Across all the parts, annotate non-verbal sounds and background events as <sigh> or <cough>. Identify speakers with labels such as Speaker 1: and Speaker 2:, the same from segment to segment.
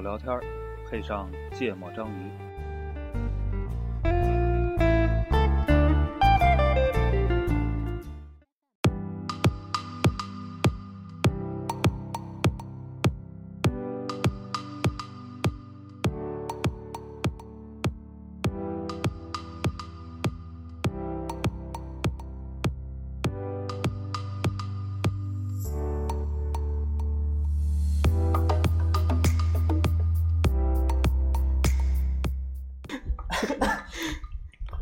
Speaker 1: 聊天，配上芥末章鱼。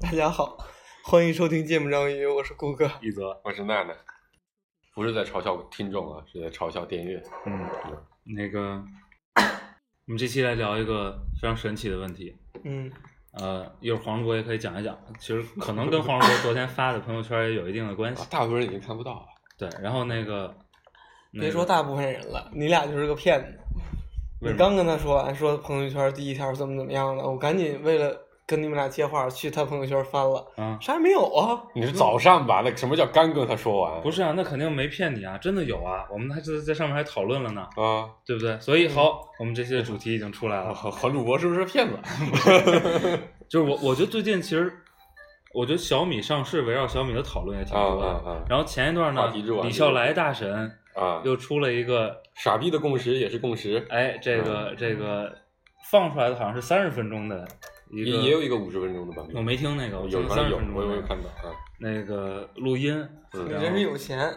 Speaker 2: 大家好，欢迎收听《芥末章鱼》，我是顾哥。
Speaker 3: 一泽，
Speaker 4: 我是娜娜，不是在嘲笑听众啊，是在嘲笑电乐。
Speaker 3: 嗯，
Speaker 5: 那个，我们这期来聊一个非常神奇的问题，
Speaker 2: 嗯，
Speaker 5: 呃，一会儿黄主播也可以讲一讲，其实可能跟黄主播昨天发的朋友圈也有一定的关
Speaker 4: 啊
Speaker 5: 系。
Speaker 4: <laughs> 大部分人已经看不到了，
Speaker 5: 对，然后那个，那
Speaker 2: 别
Speaker 5: 个
Speaker 2: 说大部分人了，你俩就是个骗子。
Speaker 5: 为
Speaker 2: 你
Speaker 5: 什么
Speaker 2: 刚跟他说完，说朋友圈第一条怎么怎么样了，我赶紧为了跟你们俩接话，去他朋友圈翻了，
Speaker 5: 啊，
Speaker 2: 啥也没有啊。
Speaker 4: 你是早上吧？那什么叫刚跟他说完？
Speaker 5: 不是啊，那肯定没骗你啊，真的有啊，我们还是在上面还讨论了呢，
Speaker 4: 啊，
Speaker 5: 对不对？所以
Speaker 4: 嗯
Speaker 5: 好，我们这期的主题已经出来了，
Speaker 4: 黄黄啊主播是不是骗子？
Speaker 5: 就是我我觉得最近其实。我觉得小米上市，围绕小米的讨论也挺
Speaker 4: 啊
Speaker 5: 多的。
Speaker 4: 啊啊
Speaker 5: 然后前一段呢，
Speaker 4: 话题之王
Speaker 5: 李笑来大神
Speaker 4: <laughs> 啊！
Speaker 5: 又出了一个
Speaker 4: 傻逼的共识也是共识，
Speaker 5: 哎，这
Speaker 4: 嗯
Speaker 5: 个这个放出来的好像是三十分钟的一
Speaker 4: 也
Speaker 5: 个，
Speaker 4: 也有一个五十分钟的版
Speaker 5: 我
Speaker 4: 本，
Speaker 5: 没听那个，我
Speaker 4: 有
Speaker 5: 听
Speaker 4: 反正
Speaker 5: 三十
Speaker 4: 有，
Speaker 5: 分钟
Speaker 4: 我我有
Speaker 5: 的
Speaker 4: 看到啊。
Speaker 5: 那个录音，
Speaker 4: 嗯
Speaker 2: 你
Speaker 5: 然
Speaker 2: 真
Speaker 5: 后
Speaker 2: 是有钱，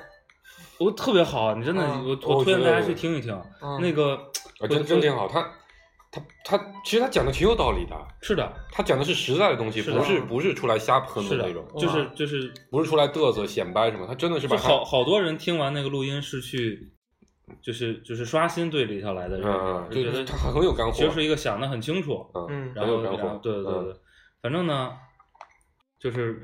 Speaker 5: 我特别好，你真的，
Speaker 2: 嗯
Speaker 5: 我
Speaker 4: 我
Speaker 5: 我推荐
Speaker 4: 觉得
Speaker 5: 大家去听一听，
Speaker 2: 嗯、
Speaker 5: 那个
Speaker 4: 啊，真真挺好。他他他，其实他讲的挺有道理的，
Speaker 5: 是的，
Speaker 4: 他讲的是实在的东西，
Speaker 5: 是的
Speaker 4: 不是不是出来瞎喷
Speaker 5: 是
Speaker 4: 的哦
Speaker 5: 的
Speaker 4: 嗯那种，，
Speaker 2: 嗯
Speaker 5: 就是就是。
Speaker 4: 不是出来嘚瑟显摆什么，他真的是
Speaker 5: 就
Speaker 4: 把他
Speaker 5: 好好多人听完那个录音是去，就是就是刷新对李笑来的认识，
Speaker 4: 嗯嗯，
Speaker 5: 就觉
Speaker 4: 就
Speaker 5: 得
Speaker 4: 他很有干货
Speaker 5: 其，实是一个想的很清楚，
Speaker 4: 嗯，
Speaker 2: 嗯
Speaker 5: 然
Speaker 4: 很
Speaker 5: 后
Speaker 4: 有干
Speaker 5: 然
Speaker 4: 货
Speaker 5: 后，对对
Speaker 4: 嗯
Speaker 5: 对，反正呢，就是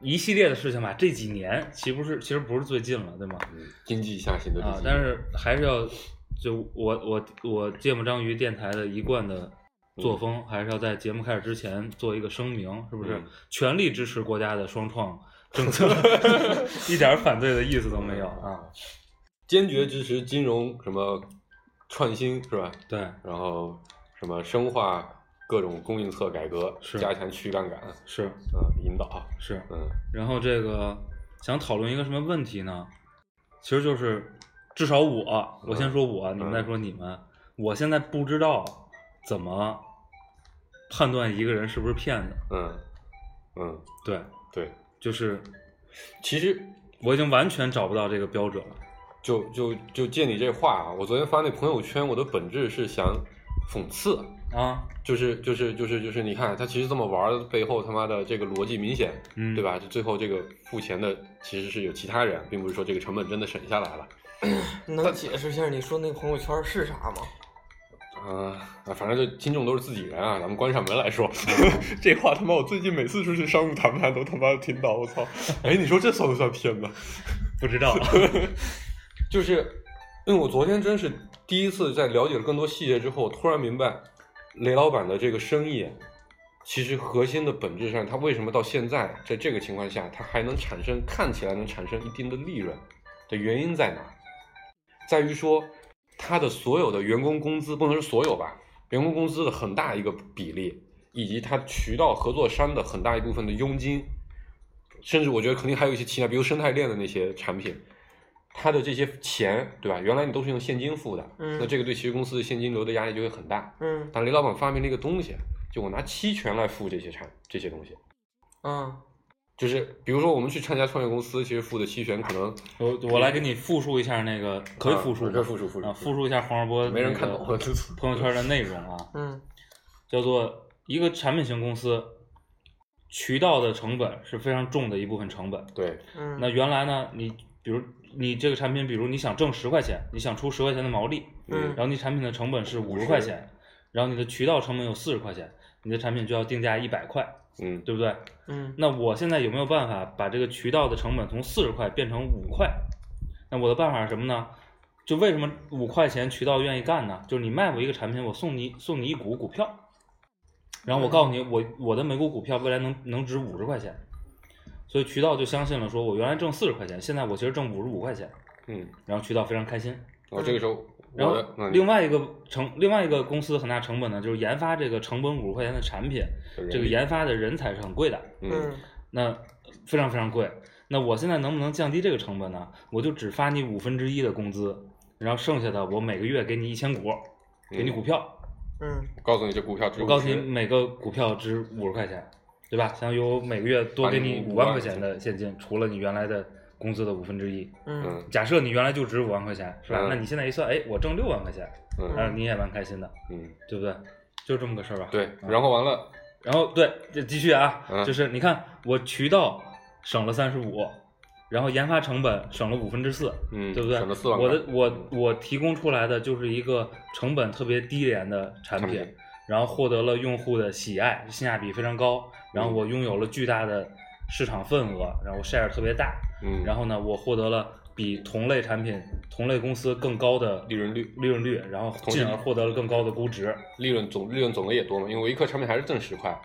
Speaker 5: 一系列的事情吧。这几年其不是其实不是最近了，对吗？
Speaker 4: 嗯经济下行的这
Speaker 5: 啊
Speaker 4: 些，
Speaker 5: 但是还是要就我我我芥末章鱼电台的一贯的作风，还是要在节目开始之前做一个声明，是不是？
Speaker 4: 嗯
Speaker 5: 全力支持国家的双创政策， <laughs> 一点儿反对的意思都没有
Speaker 4: <laughs>
Speaker 5: 啊。
Speaker 4: 坚决支持金融什么创新是吧？
Speaker 5: 对，
Speaker 4: 然后什么深化各种供应侧改革，
Speaker 5: 是
Speaker 4: 加强去杠杆，
Speaker 5: 是
Speaker 4: 嗯，引导，
Speaker 5: 是。
Speaker 4: 嗯
Speaker 5: 然后这个想讨论一个什么问题呢？其实就是至少我，我
Speaker 4: 嗯
Speaker 5: 先说我，你们再说你们。我现在不知道怎么判断一个人是不是骗子。
Speaker 4: 嗯嗯，
Speaker 5: 对，
Speaker 4: 对，
Speaker 5: 就是
Speaker 4: 其实
Speaker 5: 我已经完全找不到这个标准了。
Speaker 4: 就就就借你这话啊，我昨天发那朋友圈，我的本质是想讽刺。
Speaker 5: 啊，
Speaker 4: 就是就是就是就是，你看他其实这么玩儿背后他妈的这个逻辑明显，
Speaker 5: 嗯
Speaker 4: 对吧？这最后这个付钱的其实是有其他人，并不是说这个成本真的省下来了。
Speaker 2: 能解释一下你说那朋友圈是啥吗？
Speaker 4: 嗯，啊反正这听众都是自己人啊，咱们关上门来说， <laughs> 这话他妈我最近每次出去商务谈判都他妈听到，我操！哎，你说这算不算骗子？
Speaker 5: 不知道。啊
Speaker 4: <laughs> 就是因为我昨天真是第一次在了解了更多细节之后，我突然明白雷老板的这个生意，其实核心的本质上，他为什么到现在在这个情况下，他还能产生看起来能产生一定的利润的原因在哪？在于说他的所有的员工工资，不能说所有吧，员工工资的很大一个比例，以及他渠道合作商的很大一部分的佣金，甚至我觉得肯定还有一些其他，比如生态链的那些产品，它的这些钱，对吧？原来你都是用现金付的，
Speaker 2: 嗯
Speaker 4: 那这个对其实公司的现金流的压力就会很大。
Speaker 2: 嗯
Speaker 4: 但雷老板发明了一个东西，就我拿期权来付这些产这些东西，
Speaker 2: 嗯
Speaker 4: 就是比如说我们去参加创业公司，其实付的期权可能
Speaker 5: 我我来给你复述一下那个，可以复述吗，
Speaker 4: 啊可以复述复述
Speaker 5: 啊，复述一下黄世波
Speaker 4: 没人看懂
Speaker 5: 那个朋友圈的内容啊。
Speaker 2: 嗯
Speaker 5: 叫做一个产品型公司，渠道的成本是非常重的一部分成本。
Speaker 4: 对，
Speaker 2: 嗯，
Speaker 5: 那原来呢，你比如你这个产品，比如你想挣十块钱，你想出十块钱的毛利，
Speaker 2: 嗯
Speaker 5: 然后你产品的成本是五十块钱，然后你的渠道成本有四十块钱，你的产品就要定价一百块，
Speaker 4: 嗯
Speaker 5: 对不对？
Speaker 2: 嗯
Speaker 5: 那我现在有没有办法把这个渠道的成本从四十块变成五块？那我的办法是什么呢？就为什么五块钱渠道愿意干呢？就是你卖我一个产品，我送你送你一股股票，然后我告诉你，
Speaker 4: 嗯
Speaker 5: 我我的每股股票未来能能值五十块钱，所以渠道就相信了，说我原来挣四十块钱，现在我其实挣五十五块钱，
Speaker 4: 嗯
Speaker 5: 然后渠道非常开心，
Speaker 4: 然后哦这个时候
Speaker 5: 嗯然
Speaker 4: 我
Speaker 5: 后
Speaker 4: 的那
Speaker 5: 另
Speaker 4: 你
Speaker 5: 外一个成另外一个公司的很大成本呢，就是研发这个成本五十块钱的产品，
Speaker 4: 人
Speaker 5: 这个
Speaker 4: 力
Speaker 5: 研发的人才是很贵的，
Speaker 4: 嗯
Speaker 5: 那非常非常贵。那我现在能不能降低这个成本呢？我就只发你五分之一的工资，然后剩下的我每个月给你一千股，给你股票，
Speaker 2: 嗯
Speaker 4: 我告诉你这股票值
Speaker 5: 我
Speaker 4: 50，
Speaker 5: 告诉你嗯每个股票值五十块钱，对吧？相当于我每个月多给你
Speaker 4: 把你
Speaker 5: 五
Speaker 4: 五万
Speaker 5: 万块钱的现金，除了你原来的工资的五分之一。
Speaker 2: 嗯
Speaker 4: 嗯
Speaker 5: 假设你原来就值五万块钱，是吧？
Speaker 4: 嗯
Speaker 5: 那你现在一算，哎，我挣六万块钱，
Speaker 4: 嗯
Speaker 5: 然后你也蛮开心的，
Speaker 4: 嗯
Speaker 5: 对不对？就这么个事儿吧。
Speaker 4: 对，
Speaker 5: 嗯
Speaker 4: 然后完了
Speaker 5: 然后对，这继续啊，
Speaker 4: 嗯
Speaker 5: 就是你看我渠道省了三十五，然后研发成本省了五分之四，
Speaker 4: 嗯
Speaker 5: 对不对？
Speaker 4: 省了4万
Speaker 5: 我的
Speaker 4: 块嗯
Speaker 5: 我我提供出来的就是一个成本特别低廉的产
Speaker 4: 产
Speaker 5: 品，
Speaker 4: 品
Speaker 5: 然后获得了用户的喜爱，性价比非常
Speaker 4: 嗯
Speaker 5: 高，然后我拥有了巨大的市场份额，然后 share 特别大，
Speaker 4: 嗯，
Speaker 5: 然后呢，我获得了比同类产品、同类公司更高的
Speaker 4: 利润率
Speaker 5: 利润率，然后
Speaker 4: 同时嗯
Speaker 5: 进而获得了更高的估值。
Speaker 4: 利润总利润总额也多嘛，因为我一克产品还是挣十块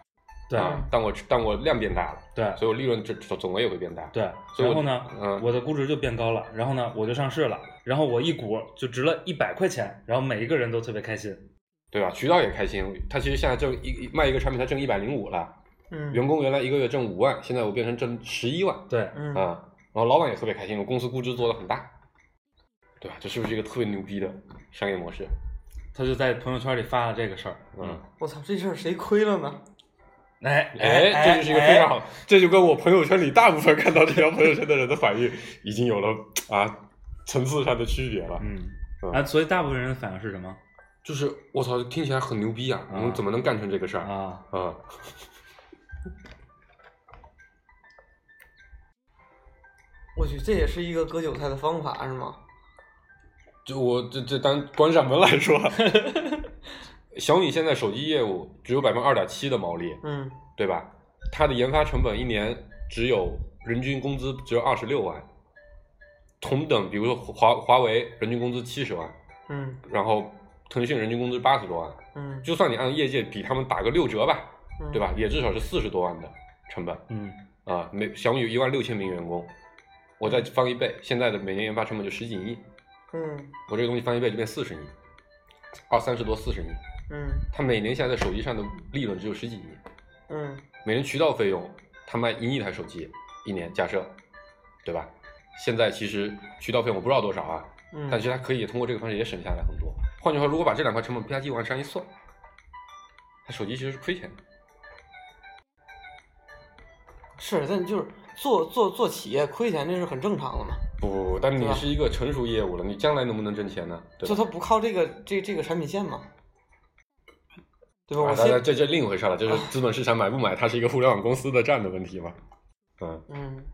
Speaker 5: 对、
Speaker 4: 啊，但我但我量变大了，
Speaker 5: 对
Speaker 4: 所以我利润总总额也会变大。
Speaker 5: 对，
Speaker 4: 所以
Speaker 5: 然
Speaker 4: 我
Speaker 5: 后呢，
Speaker 4: 嗯
Speaker 5: 我的估值就变高了，然后呢，我就上市了，然后我一股就值了一百块钱，然后每一个人都特别开心。
Speaker 4: 对吧？渠道也开心，他其实现在挣一一卖一个产品，他挣一百零五了。
Speaker 2: 嗯，
Speaker 4: 员工原来一个月挣五万，现在我变成挣十一万
Speaker 5: 对，
Speaker 4: 啊、
Speaker 2: 嗯
Speaker 4: 然后老板也特别开心，我公司估值做的很大，对吧？这是不是一个特别牛逼的商业模式？
Speaker 5: 他就在朋友圈里发了这个事儿。
Speaker 4: 嗯，
Speaker 2: 我操，这事儿谁亏了呢？
Speaker 5: 哎
Speaker 4: 哎，这就是一个非常好，这就跟我朋友圈里大部分看到这条朋友圈的人的反应已经有了啊层次上的区别了。
Speaker 5: 嗯
Speaker 4: 嗯
Speaker 5: 啊，所以大部分人的反应是什么
Speaker 4: 就是我操，听起来很牛逼啊！
Speaker 5: 啊
Speaker 4: 你们怎么能干成这个事儿啊？
Speaker 5: 啊？
Speaker 4: 嗯
Speaker 2: 我去，这也是一个割韭菜的方法是吗？
Speaker 4: 就我这这当关上门来说， <laughs> 小米现在手机业务只有百分之二点七的毛利，
Speaker 2: 嗯
Speaker 4: 对吧？它的研发成本一年只有人均工资只有二十六万，同等比如说华华为人均工资七十万，
Speaker 2: 嗯
Speaker 4: 然后腾讯人均工资八十多万，
Speaker 2: 嗯，
Speaker 4: 就算你按业界比他们打个六折吧，对吧？也至少是四十多万的成本
Speaker 5: 嗯，
Speaker 4: 啊、每小米有一万六千名员工，我再翻一倍，现在的每年研发成本就十几亿。
Speaker 2: 嗯？
Speaker 4: 我这个东西翻一倍就变四十亿，二三十多四十亿，
Speaker 2: 嗯
Speaker 4: 他每年现在在手机上的利润只有十几亿，
Speaker 2: 嗯嗯
Speaker 4: 每年渠道费用他卖一亿台手机一年，假设，对吧？现在其实渠道费用我不知道多少啊，
Speaker 2: 嗯，
Speaker 4: 但其实他可以通过这个方式也省下来很多。换句话，如果把这两块成本啪叽往上一算，他手机其实是亏钱的。
Speaker 2: 是，但就是做做做企业亏钱，这是很正常的嘛。
Speaker 4: 不不不，但
Speaker 2: 对
Speaker 4: 你
Speaker 2: 吧
Speaker 4: 是一个成熟业务了，你将来能不能挣钱呢？对
Speaker 2: 就
Speaker 4: 吧？
Speaker 2: 它不靠这个这这个产品线嘛，对吧？
Speaker 4: 啊
Speaker 2: 我，
Speaker 4: 当
Speaker 2: 先
Speaker 4: 然这这另一回事了，这是资本市场买不买，它是一个互联网公司的站的问题嘛。嗯，
Speaker 2: 嗯，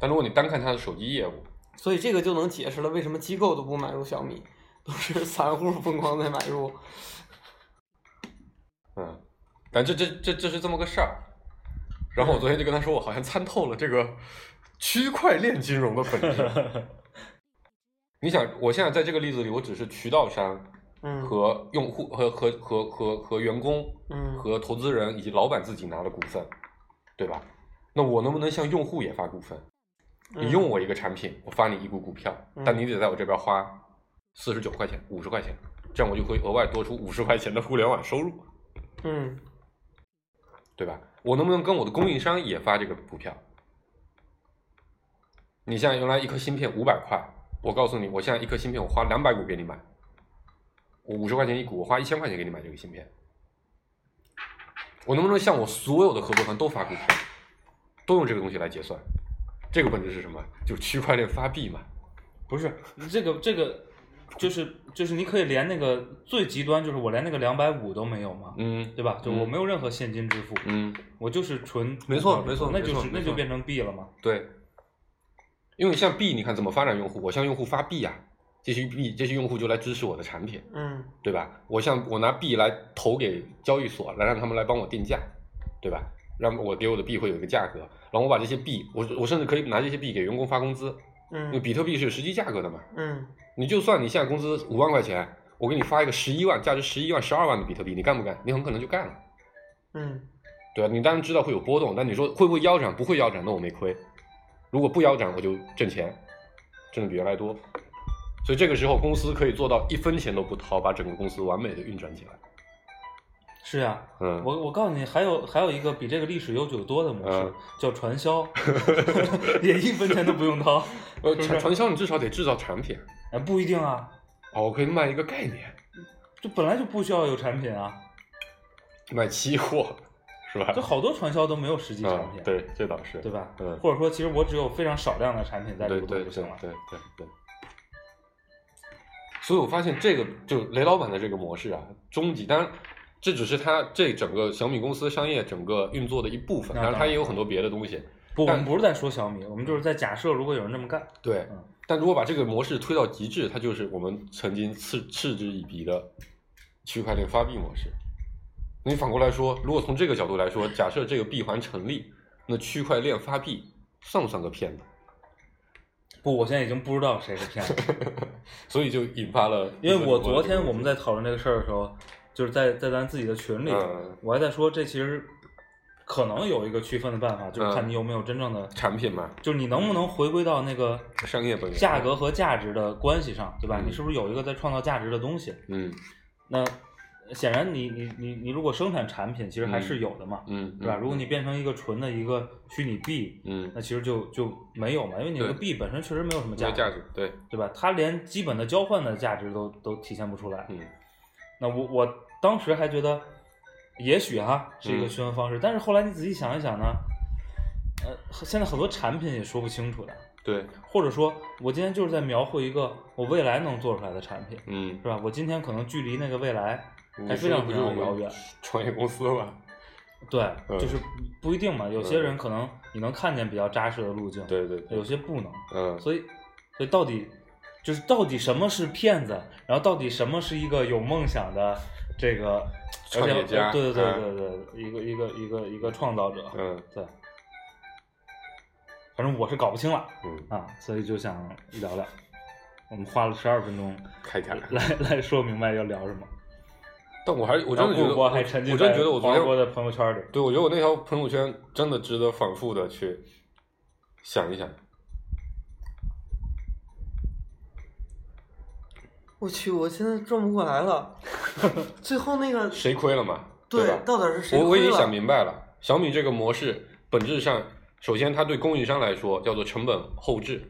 Speaker 4: 但如果你单看它的手机业务，
Speaker 2: 所以这个就能解释了为什么机构都不买入小米，都是散户疯狂在买入。
Speaker 4: 嗯，但这这这这是这么个事儿。然后我昨天就跟他说，我好像参透了这个区块链金融的
Speaker 2: <laughs>
Speaker 4: 本质。你想，我现在在这个例子里，我只是渠道商
Speaker 2: 嗯
Speaker 4: 和用户和和和和和员工
Speaker 2: 嗯
Speaker 4: 和投资人以及老板自己拿的股份，对吧？那我能不能向用户也发股份？你用我一个产品，我发你一股股票，
Speaker 2: 嗯
Speaker 4: 但你得在我这边花四十九块钱、五十块钱，这样我就会额外多出五十块钱的互联网收入。
Speaker 2: 嗯
Speaker 4: 对吧？我能不能跟我的供应商也发这个股票？你像原来一颗芯片五百块，我告诉你，我现在一颗芯片我花两百股给你买，我五十块钱一股，我花一千块钱给你买这个芯片。我能不能向我所有的合作方都发股票，都用这个东西来结算？这个本质是什么？就是区块链发币嘛。
Speaker 5: 不是嗯这个这个，就是就是你可以连那个最极端，就是我连那个两百五都没有嘛，
Speaker 4: 嗯
Speaker 5: 对吧？就我没有任何现金支付，
Speaker 4: 嗯，
Speaker 5: 我就是纯
Speaker 4: 没错
Speaker 5: 股票支
Speaker 4: 没
Speaker 5: 付
Speaker 4: 错
Speaker 5: 那
Speaker 4: 没
Speaker 5: 就
Speaker 4: 错
Speaker 5: 是
Speaker 4: 没
Speaker 5: 那
Speaker 4: 错
Speaker 5: 就变成币了嘛。
Speaker 4: 对，因为像币，你看怎么发展用户？我向用户发币呀、啊这些币，这些用户就来支持我的产品。
Speaker 2: 嗯
Speaker 4: 对吧？我像我拿币来投给交易所，来让他们来帮我定价，对吧？让我给我的币会有一个价格，然后我把这些币，我我甚至可以拿这些币给员工发工资，因为
Speaker 2: 嗯
Speaker 4: 比特币是有实际价格的嘛。
Speaker 2: 嗯
Speaker 4: 你就算你现在工资五万块钱，我给你发一个十一万，价值十一万、十二万的比特币，你干不干？你很可能就干了，
Speaker 2: 嗯
Speaker 4: 对吧？你当然知道会有波动，但你说会不会腰斩？不会腰斩，那我没亏。如果不腰斩，我就挣钱，挣的比原来多。所以这个时候公司可以做到一分钱都不掏，把整个公司完美的运转起来。
Speaker 5: 是啊呀、
Speaker 4: 嗯，
Speaker 5: 我我告诉你，还有还有一个比这个历史悠久多的模式，
Speaker 4: 嗯
Speaker 5: <laughs> 叫传销，
Speaker 4: <laughs>
Speaker 5: 也一分钱都不用掏，
Speaker 4: 呃，传传销你至少得制造产品
Speaker 5: 哎，不一定啊，
Speaker 4: 哦，我可以卖一个概念，
Speaker 5: 这本来就不需要有产品啊，
Speaker 4: 卖期货，是吧
Speaker 5: 这？好多传销都没有实际产
Speaker 4: 嗯
Speaker 5: 品，，
Speaker 4: 对，这倒是，
Speaker 5: 对吧？
Speaker 4: 嗯
Speaker 5: 或者说，其实我只有非常少量的产品在
Speaker 4: 对
Speaker 5: 流
Speaker 4: 对
Speaker 5: 动就
Speaker 4: 对
Speaker 5: 行了。
Speaker 4: 对对对。所以我发现这个就雷老板的这个模式啊，终极当然这只是他这整个小米公司商业整个运作的一部分，
Speaker 5: 那
Speaker 4: 当然
Speaker 5: 当
Speaker 4: 他
Speaker 5: 然
Speaker 4: 也有很多别的东西。
Speaker 5: 不，我
Speaker 4: 但
Speaker 5: 们不是在说小米，我们就是在假设如果有人这么干，
Speaker 4: 对
Speaker 5: 嗯，
Speaker 4: 但如果把这个模式推到极致，它就是我们曾经嗤嗤之以鼻的区块链发币模式。那你反过来说，如果从这个角度来说，假设这个闭环成立，那区块链发币算不算个骗子？
Speaker 5: 不，我现在已经不知道谁是骗子，
Speaker 4: 所以就引发了一 <laughs>
Speaker 5: 因
Speaker 4: 个嗯
Speaker 5: 为
Speaker 4: 很
Speaker 5: 我
Speaker 4: 多的这个问题，
Speaker 5: 昨天我们在讨论这个事儿的时候，就是在在咱自己的群里，
Speaker 4: 嗯
Speaker 5: 我还在说这其实可能有一个区分的办法，就是看你有没有真正的，
Speaker 4: 嗯产品嘛，
Speaker 5: 就是你能不能回归到那个
Speaker 4: 商业本源
Speaker 5: 价格和价值的关系上，对吧？
Speaker 4: 嗯
Speaker 5: 你是不是有一个在创造价值的东西？
Speaker 4: 嗯
Speaker 5: 那显然你你你你如果生产产品，其实还
Speaker 4: 嗯
Speaker 5: 是有的嘛，
Speaker 4: 嗯，
Speaker 5: 对吧？
Speaker 4: 嗯
Speaker 5: 如果你变成一个纯的一个虚拟币，
Speaker 4: 嗯，
Speaker 5: 那其实就就没有嘛，因为你这个
Speaker 4: 对
Speaker 5: 币本身确实没有什么
Speaker 4: 没
Speaker 5: 价
Speaker 4: 有价值，对，
Speaker 5: 对吧？它连基本的交换的价值都都体现不出来。
Speaker 4: 嗯
Speaker 5: 那我我当时还觉得，也许哈、是
Speaker 4: 嗯
Speaker 5: 一个区分方式，但是后来你仔细想一想呢，呃，现在很多产品也说不清楚的，
Speaker 4: 对，
Speaker 5: 或者说，我今天就是在描绘一个我未来能做出来的产品，
Speaker 4: 嗯
Speaker 5: 是，吧？我今天可能距离那个未来还
Speaker 4: 你
Speaker 5: 非
Speaker 4: 说的
Speaker 5: 常
Speaker 4: 不
Speaker 5: 非
Speaker 4: 就是
Speaker 5: 常
Speaker 4: 我
Speaker 5: 遥
Speaker 4: 们
Speaker 5: 远。
Speaker 4: 创业公司吧？
Speaker 5: 对，
Speaker 4: 嗯
Speaker 5: 就是不一定嘛。有些人可能你能看见比较扎实的路径，，
Speaker 4: 对对对
Speaker 5: 有，些不能。
Speaker 4: 嗯，
Speaker 5: 所以，所以到底就是到底什么是骗子，然后到底什么是一个有梦想的这个
Speaker 4: 创业
Speaker 5: 而且
Speaker 4: 家
Speaker 5: 对对对对
Speaker 4: 嗯
Speaker 5: 对，一个一个一个一个创造者，
Speaker 4: 嗯
Speaker 5: 对。反正我是搞不清了
Speaker 4: 嗯，
Speaker 5: 啊，所以就想聊聊。我们花了十二分钟
Speaker 4: 开卡。
Speaker 5: 来来说明白要聊什么。
Speaker 4: 但我还是我真的觉
Speaker 5: 然后
Speaker 4: 得，
Speaker 5: 顾波
Speaker 4: 我
Speaker 5: 还沉浸
Speaker 4: 我真
Speaker 5: 在
Speaker 4: 的觉得我昨
Speaker 5: 黄渤的
Speaker 4: 天，
Speaker 5: 朋友圈里，
Speaker 4: 对我觉得我那条朋友圈真的值得反复的去想一想。
Speaker 2: 我去，我现在转不过来了。
Speaker 4: <laughs>
Speaker 2: 最后那个
Speaker 4: 谁亏了嘛？
Speaker 2: 对
Speaker 4: 吧？
Speaker 2: 到底是谁
Speaker 4: 我我已经
Speaker 2: 亏了
Speaker 4: 想明白了，小米这个模式本质上，首先它对供应商来说叫做成本后置，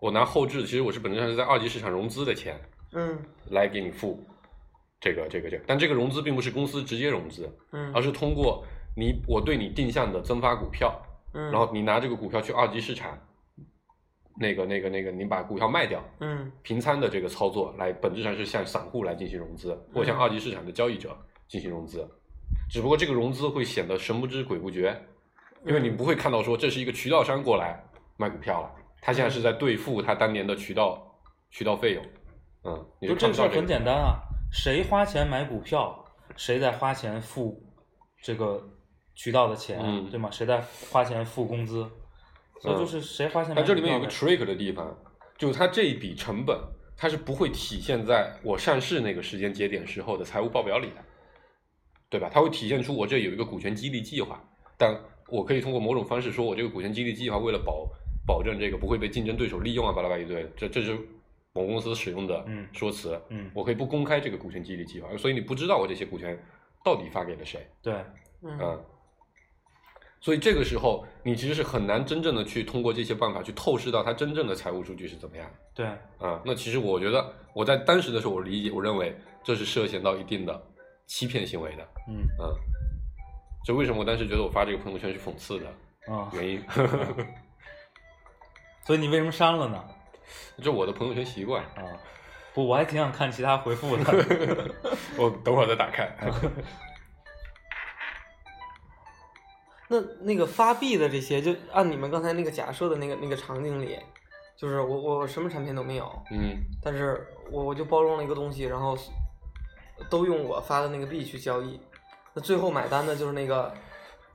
Speaker 4: 我拿后置，其实我是本质上是在二级市场融资的钱
Speaker 2: 嗯
Speaker 4: 来给你付这个这个这个，但这个融资并不是公司直接融资，
Speaker 2: 嗯，
Speaker 4: 而是通过你我对你定向的增发股票，
Speaker 2: 嗯
Speaker 4: 然后你拿这个股票去二级市场，那个那个那个，你把股票卖掉。
Speaker 2: 嗯
Speaker 4: 平仓的这个操作来，本质上是向散户来进行融资，或
Speaker 5: 嗯
Speaker 4: 向二级市场的交易者进行融资。只不过这个融资会显得神不知鬼不觉，因为
Speaker 5: 嗯
Speaker 4: 你不会看到说这是一个渠道商过来卖股票了，他现在
Speaker 5: 嗯
Speaker 4: 是在兑付他当年的渠道渠道费用。嗯，你
Speaker 5: 就
Speaker 4: 就
Speaker 5: 这个事
Speaker 4: 看不到
Speaker 5: 儿
Speaker 4: 这
Speaker 5: 很
Speaker 4: 个。
Speaker 5: 简单啊，谁花钱买股票，谁在花钱付这个渠道的钱，
Speaker 4: 嗯
Speaker 5: 对吗？谁在花钱付工资？所以
Speaker 4: 嗯
Speaker 5: 就是谁花钱买
Speaker 4: 但
Speaker 5: 股票呗。
Speaker 4: 这里面有个 trick 的地方，就是它这一笔成本，它是不会体现在我上市那个时间节点时候的财务报表里的，对吧？它会体现出我这有一个股权激励计划，但我可以通过某种方式说，我这个股权激励计划为了保保证这个不会被竞争对手利用啊，巴拉巴拉一堆，这这是某公司使用的
Speaker 5: 嗯
Speaker 4: 说辞。
Speaker 5: 嗯，
Speaker 4: 我可以不公开这个股权激励计划，所以你不知道我这些股权到底发给了谁。
Speaker 5: 对，
Speaker 2: 嗯
Speaker 4: 嗯，所以这个时候你其实是很难真正的去通过这些办法去透视到它真正的财务数据是怎么样的
Speaker 5: 对，
Speaker 4: 啊、那其实我觉得我在当时的时候，我理解，我认为这是涉嫌到一定的欺骗行为的。
Speaker 5: 嗯
Speaker 4: 嗯，这为什么我当时觉得我发这个朋友圈是讽刺的
Speaker 5: 啊、
Speaker 4: 原因？
Speaker 5: 所以你为什么删了呢？
Speaker 4: 这我的朋友圈习惯，
Speaker 5: 啊，不，我还挺想看其他回复
Speaker 4: <laughs>
Speaker 5: 的。
Speaker 4: 我等会儿再打开。
Speaker 2: 那那个发币的这些，就按你们刚才那个假设的那个那个场景里，就是我我什么产品都没有，
Speaker 4: 嗯
Speaker 2: 但是我我就包装了一个东西，然后都用我发的那个币去交易。那最后买单的就是那个，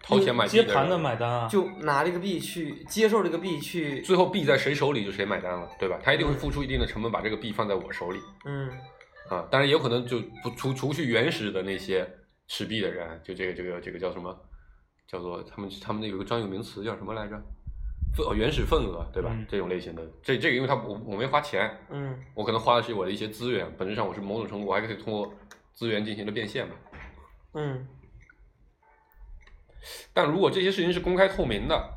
Speaker 4: 掏钱买币
Speaker 5: 接
Speaker 4: 的
Speaker 5: 盘的
Speaker 4: 人
Speaker 5: 买单啊，
Speaker 2: 就拿这个币去接受这个币去，
Speaker 4: 最后币在谁手里就谁买单了，对吧？他一定会付出一定的成本把这个币放在我手里。
Speaker 2: 嗯
Speaker 4: 啊，当然也有可能就不除除去原始的那些持币的人，就这个这个这个叫什么，叫做他们他们那有个专有名词叫什么来着？份哦原始份额，对吧？
Speaker 5: 嗯
Speaker 4: 这种类型的，这这个因为它我我没花钱，
Speaker 2: 嗯，
Speaker 4: 我可能花的是我的一些资源，本质上我是某种程度我还可以通过资源进行了变现嘛。
Speaker 2: 嗯，
Speaker 4: 但如果这些事情是公开透明的，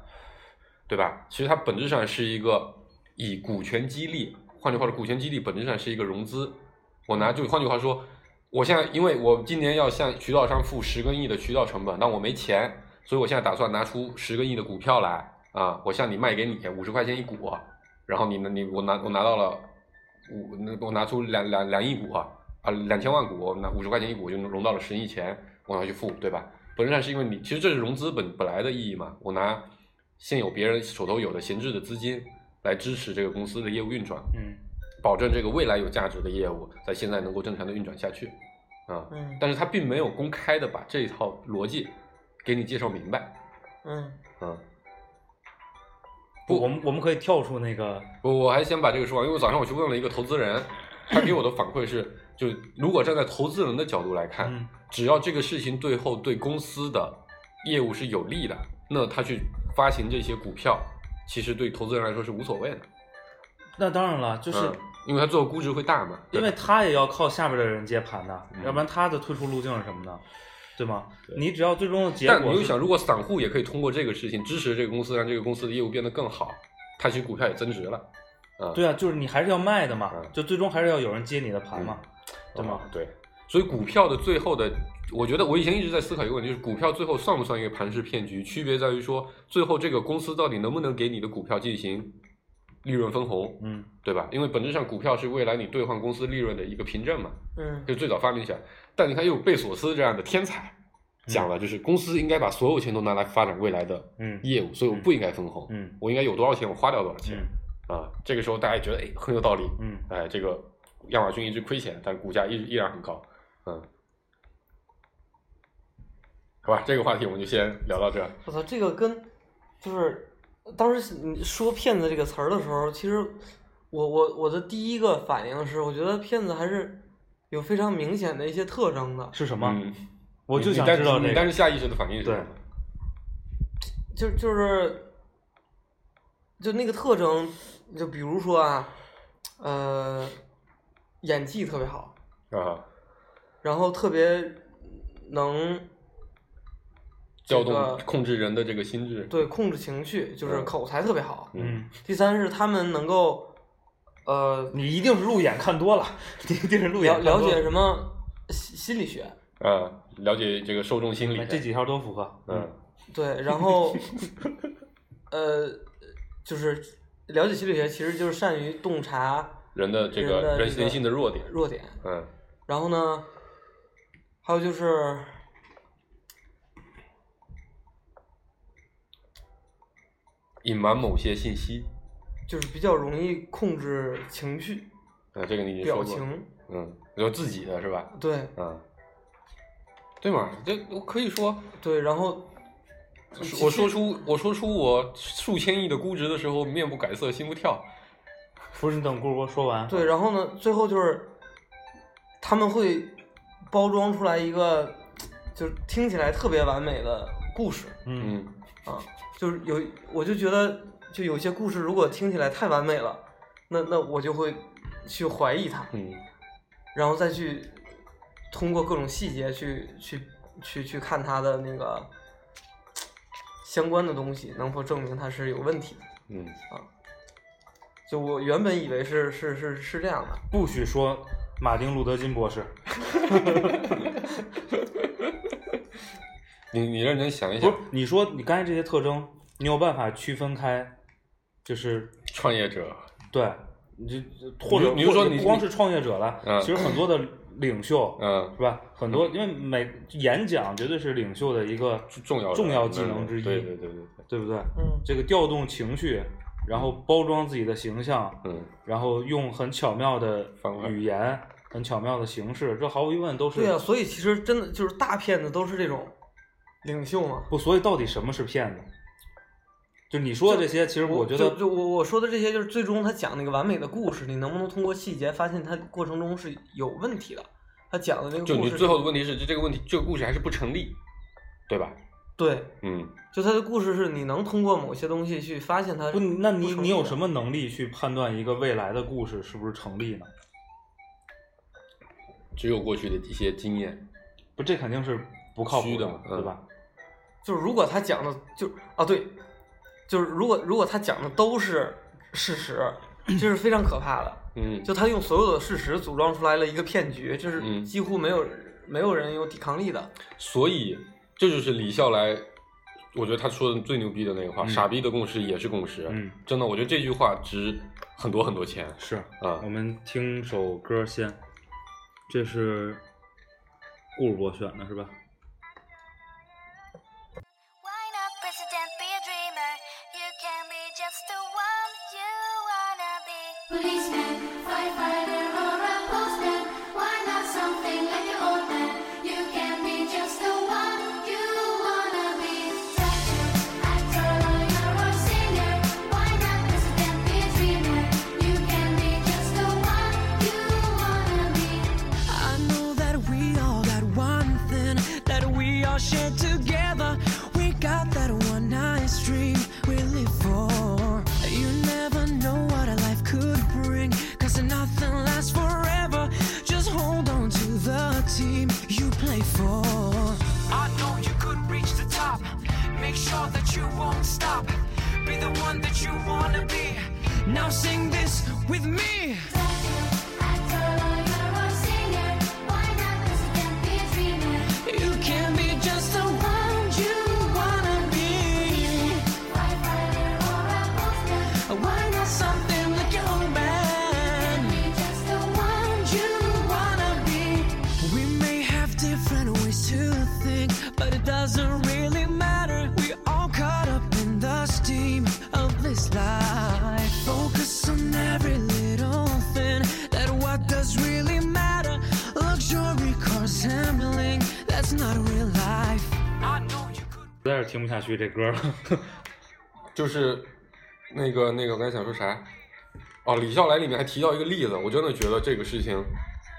Speaker 4: 对吧？其实它本质上是一个以股权激励，换句话说，股权激励本质上是一个融资。我拿就换句话说，我现在因为我今年要向渠道商付十个亿的渠道成本，但我没钱，所以我现在打算拿出十个亿的股票来啊，我向你卖给你五十块钱一股，然后你呢，你我拿我拿到了五，那我拿出两两两亿股啊，啊两千万股，我拿五十块钱一股我就融到了十亿钱，我拿去付，对吧？本质上是因为你，其实这是融资本本来的意义嘛。我拿现有别人手头有的闲置的资金来支持这个公司的业务运转，
Speaker 5: 嗯
Speaker 4: 保证这个未来有价值的业务在现在能够正常的运转下去，啊、
Speaker 2: 嗯，
Speaker 4: 但是他并没有公开的把这一套逻辑给你介绍明白，
Speaker 2: 嗯，
Speaker 4: 嗯，不
Speaker 5: 不，我们我们可以跳出那个，
Speaker 4: 我我还先把这个说完，因为早上我去问了一个投资人，他给我的反馈是，就如果站在投资人的角度来看，
Speaker 5: 嗯
Speaker 4: 只要这个事情最后对公司的业务是有利的，那他去发行这些股票，其实对投资人来说是无所谓的，
Speaker 5: 那当然了，就是
Speaker 4: 嗯因为他最后估值会大嘛。对
Speaker 5: 因
Speaker 4: 吧
Speaker 5: 为他也要靠下边的人接盘的，
Speaker 4: 嗯
Speaker 5: 要不然他的退出路径是什么呢？对吗？
Speaker 4: 对
Speaker 5: 你只要最终的结
Speaker 4: 但你
Speaker 5: 果
Speaker 4: 又
Speaker 5: 是，
Speaker 4: 想，如果散户也可以通过这个事情支持这个公司，让这个公司的业务变得更好，他其实股票也增值了。嗯，
Speaker 5: 对啊，就是你还是要卖的嘛
Speaker 4: 嗯，
Speaker 5: 就最终还是要有人接你的盘嘛，对吗
Speaker 4: 哦？对，所以股票的最后的，我觉得我以前一直在思考一个问题，就是股票最后算不算一个盘式骗局？区别在于说，最后这个公司到底能不能给你的股票进行利润分红，
Speaker 5: 嗯，
Speaker 4: 对吧？因为本质上股票是未来你兑换公司利润的一个凭证嘛，
Speaker 2: 嗯，
Speaker 4: 就最早发明起来。但你看，又有贝索斯这样的天才讲了，就是公司应该把所有钱都拿来发展未来的
Speaker 5: 嗯
Speaker 4: 业务，所以我不应该分红，
Speaker 5: 嗯
Speaker 4: 我应该有多少钱我花掉多少钱
Speaker 5: 嗯
Speaker 4: 啊。这个时候大家也觉得哎很有道理，
Speaker 5: 嗯，
Speaker 4: 哎，这个亚马逊一直亏钱，但股价依依然很高，嗯，好吧，这个话题我们就先聊到这儿。
Speaker 2: 我操，这个跟就是当时你说“骗子”这个词儿的时候，其实我我我的第一个反应是，我觉得骗子还是有非常明显的一些特征的，
Speaker 5: 是什么？
Speaker 4: 嗯，
Speaker 5: 我就
Speaker 4: 你
Speaker 5: 想
Speaker 4: 你当
Speaker 5: 知道
Speaker 4: 你
Speaker 5: 这
Speaker 4: 当
Speaker 5: 个。
Speaker 4: 时下意识的反应是什么？
Speaker 2: 就就是就那个特征，就比如说啊，呃，演技特别好，
Speaker 4: 啊，
Speaker 2: 然后特别能
Speaker 4: 调
Speaker 2: 这个
Speaker 4: 动控制人的这个心智。
Speaker 2: 对控制情绪，就是
Speaker 4: 嗯
Speaker 2: 口才特别好。
Speaker 5: 嗯，
Speaker 2: 第三是他们能够呃
Speaker 5: 你一定是路演看多了，你一定是路演
Speaker 2: 了
Speaker 5: 看多
Speaker 2: 了解什么心心理学，
Speaker 4: 啊，了解这个受众心理
Speaker 5: 哎。这几条都符合。
Speaker 4: 嗯，
Speaker 2: 对，然后呃就是了解心理学其实就是善于洞察
Speaker 4: 人的这
Speaker 2: 人的
Speaker 4: 个人
Speaker 2: 这个
Speaker 4: 人性的弱点。
Speaker 2: 弱点，
Speaker 4: 嗯
Speaker 2: 然后呢，还有就是，
Speaker 4: 隐瞒某些信息。
Speaker 2: 就是比较容易控制情绪、
Speaker 4: 啊，这个你已经
Speaker 2: 表
Speaker 4: 说过。
Speaker 2: 情，
Speaker 4: 嗯，有自己的是吧？
Speaker 2: 对
Speaker 4: 嗯，对嘛？这我可以说，
Speaker 2: 对，然后
Speaker 4: 我说出我说出我数千亿的估值的时候，面不改色心不跳。
Speaker 5: 不是，你等顾波说完。
Speaker 2: 对，然后呢，最后就是他们会包装出来一个，就是听起来特别完美的故事
Speaker 5: 嗯，
Speaker 4: 嗯，
Speaker 2: 啊，就是有我就觉得，就有些故事如果听起来太完美了，那那我就会去怀疑它，
Speaker 4: 嗯，
Speaker 2: 然后再去通过各种细节去去去去看它的那个相关的东西能否证明它是有问题的。
Speaker 4: 嗯，
Speaker 2: 就我原本以为是是是是这样的，
Speaker 5: 不许说马丁路德金博士。
Speaker 4: 你你认真想一
Speaker 5: 不
Speaker 4: 想
Speaker 5: 是，，你说你刚才这些特征，你有办法区分开，就是
Speaker 4: 创业者，
Speaker 5: 对，你就或者
Speaker 4: 你就说
Speaker 5: 或者
Speaker 4: 你
Speaker 5: 不光是创业者了，
Speaker 4: 嗯
Speaker 5: 其实很多的领袖、
Speaker 4: 嗯，
Speaker 5: 是吧？很多因为每演讲绝对是领袖的一个
Speaker 4: 重要的
Speaker 5: 重要技能之一，
Speaker 4: 对对对对对，
Speaker 5: 对不对？
Speaker 2: 嗯
Speaker 5: 这个调动情绪，然后包装自己的形象，
Speaker 4: 嗯，
Speaker 5: 然后用很巧妙的
Speaker 4: 方法
Speaker 5: 语言、很巧妙的形式，这毫无疑问都是
Speaker 2: 对啊，所以其实真的就是大骗子都是这种领袖嘛。
Speaker 5: 不，所以到底什么是骗子？就你说的这些，其实我觉
Speaker 2: 就
Speaker 5: 得
Speaker 2: 就我我说的这些，就是最终他讲那个完美的故事，你能不能通过细节发现他过程中是有问题的？他讲的那个
Speaker 4: 就
Speaker 2: 故
Speaker 4: 你
Speaker 2: 事，
Speaker 4: 最后的问题是，这这个问题这个故事还是不成立，对吧？
Speaker 2: 对，
Speaker 4: 嗯，
Speaker 2: 就它的故事是你能通过某些东西去发现它
Speaker 5: 不，那你你有什
Speaker 2: 么？
Speaker 5: 么能力去判断一个未来的故事是不是成立呢？
Speaker 4: 只有过去的一些经验，
Speaker 5: 不，这肯定是不靠谱
Speaker 4: 虚的嘛
Speaker 5: 对
Speaker 4: 嗯
Speaker 5: 吧？
Speaker 2: 就是如果他讲的就啊对，就是如果如果他讲的都是事实，这是非常可怕的。
Speaker 4: 嗯，
Speaker 2: 就他用所有的事实组装出来了一个骗局，这是
Speaker 4: 嗯
Speaker 2: 几乎没有、没有人有抵抗力的。
Speaker 4: 所以这就是李笑来，我觉得他说的最牛逼的那个话：“
Speaker 5: 嗯
Speaker 4: 傻逼的共识也是共识。”
Speaker 5: 嗯，
Speaker 4: 真的，我觉得这句话值很多很多钱
Speaker 5: 是。
Speaker 4: 啊
Speaker 5: 我！们听首歌先，这是顾主播选的是吧？
Speaker 3: Why not president? Be a dreamer. You can be just the one you wanna be.
Speaker 6: Policeman, firefighter, or a postman. Why not something like an old man? You can be just the one you wanna be. Teacher, actor, lawyer, or singer. Why not president? Be a dreamer. You can be just the one you wanna be.
Speaker 7: I know that we all got one thing that we all share together. We got that one nice dream we live for. You never know what a life could bring, cause nothing lasts forever. Just hold on to the team you play for. I know you could reach the top. Make sure that you won't stop. Be the one that you wanna be. Now sing this with me.
Speaker 6: Actor, lawyer, or singer. Why not president? Be a dreamer.
Speaker 7: You can be just the one you wanna be.
Speaker 6: Firefighter, or a postman.
Speaker 7: Why not something like your own man?
Speaker 6: Be just the one you wanna be.
Speaker 7: We may have different ways to think, but it doesn't really matter. We all caught up in the steam of this life. Focus on every little thing that what does really matter. Luxury cars gambling, that's not real life. I know you could.
Speaker 5: 实在是听不下去这歌了。 <laughs>
Speaker 4: 就是那个那个，我刚才想说啥？哦，李笑来里面还提到一个例子，我真的觉得这个事情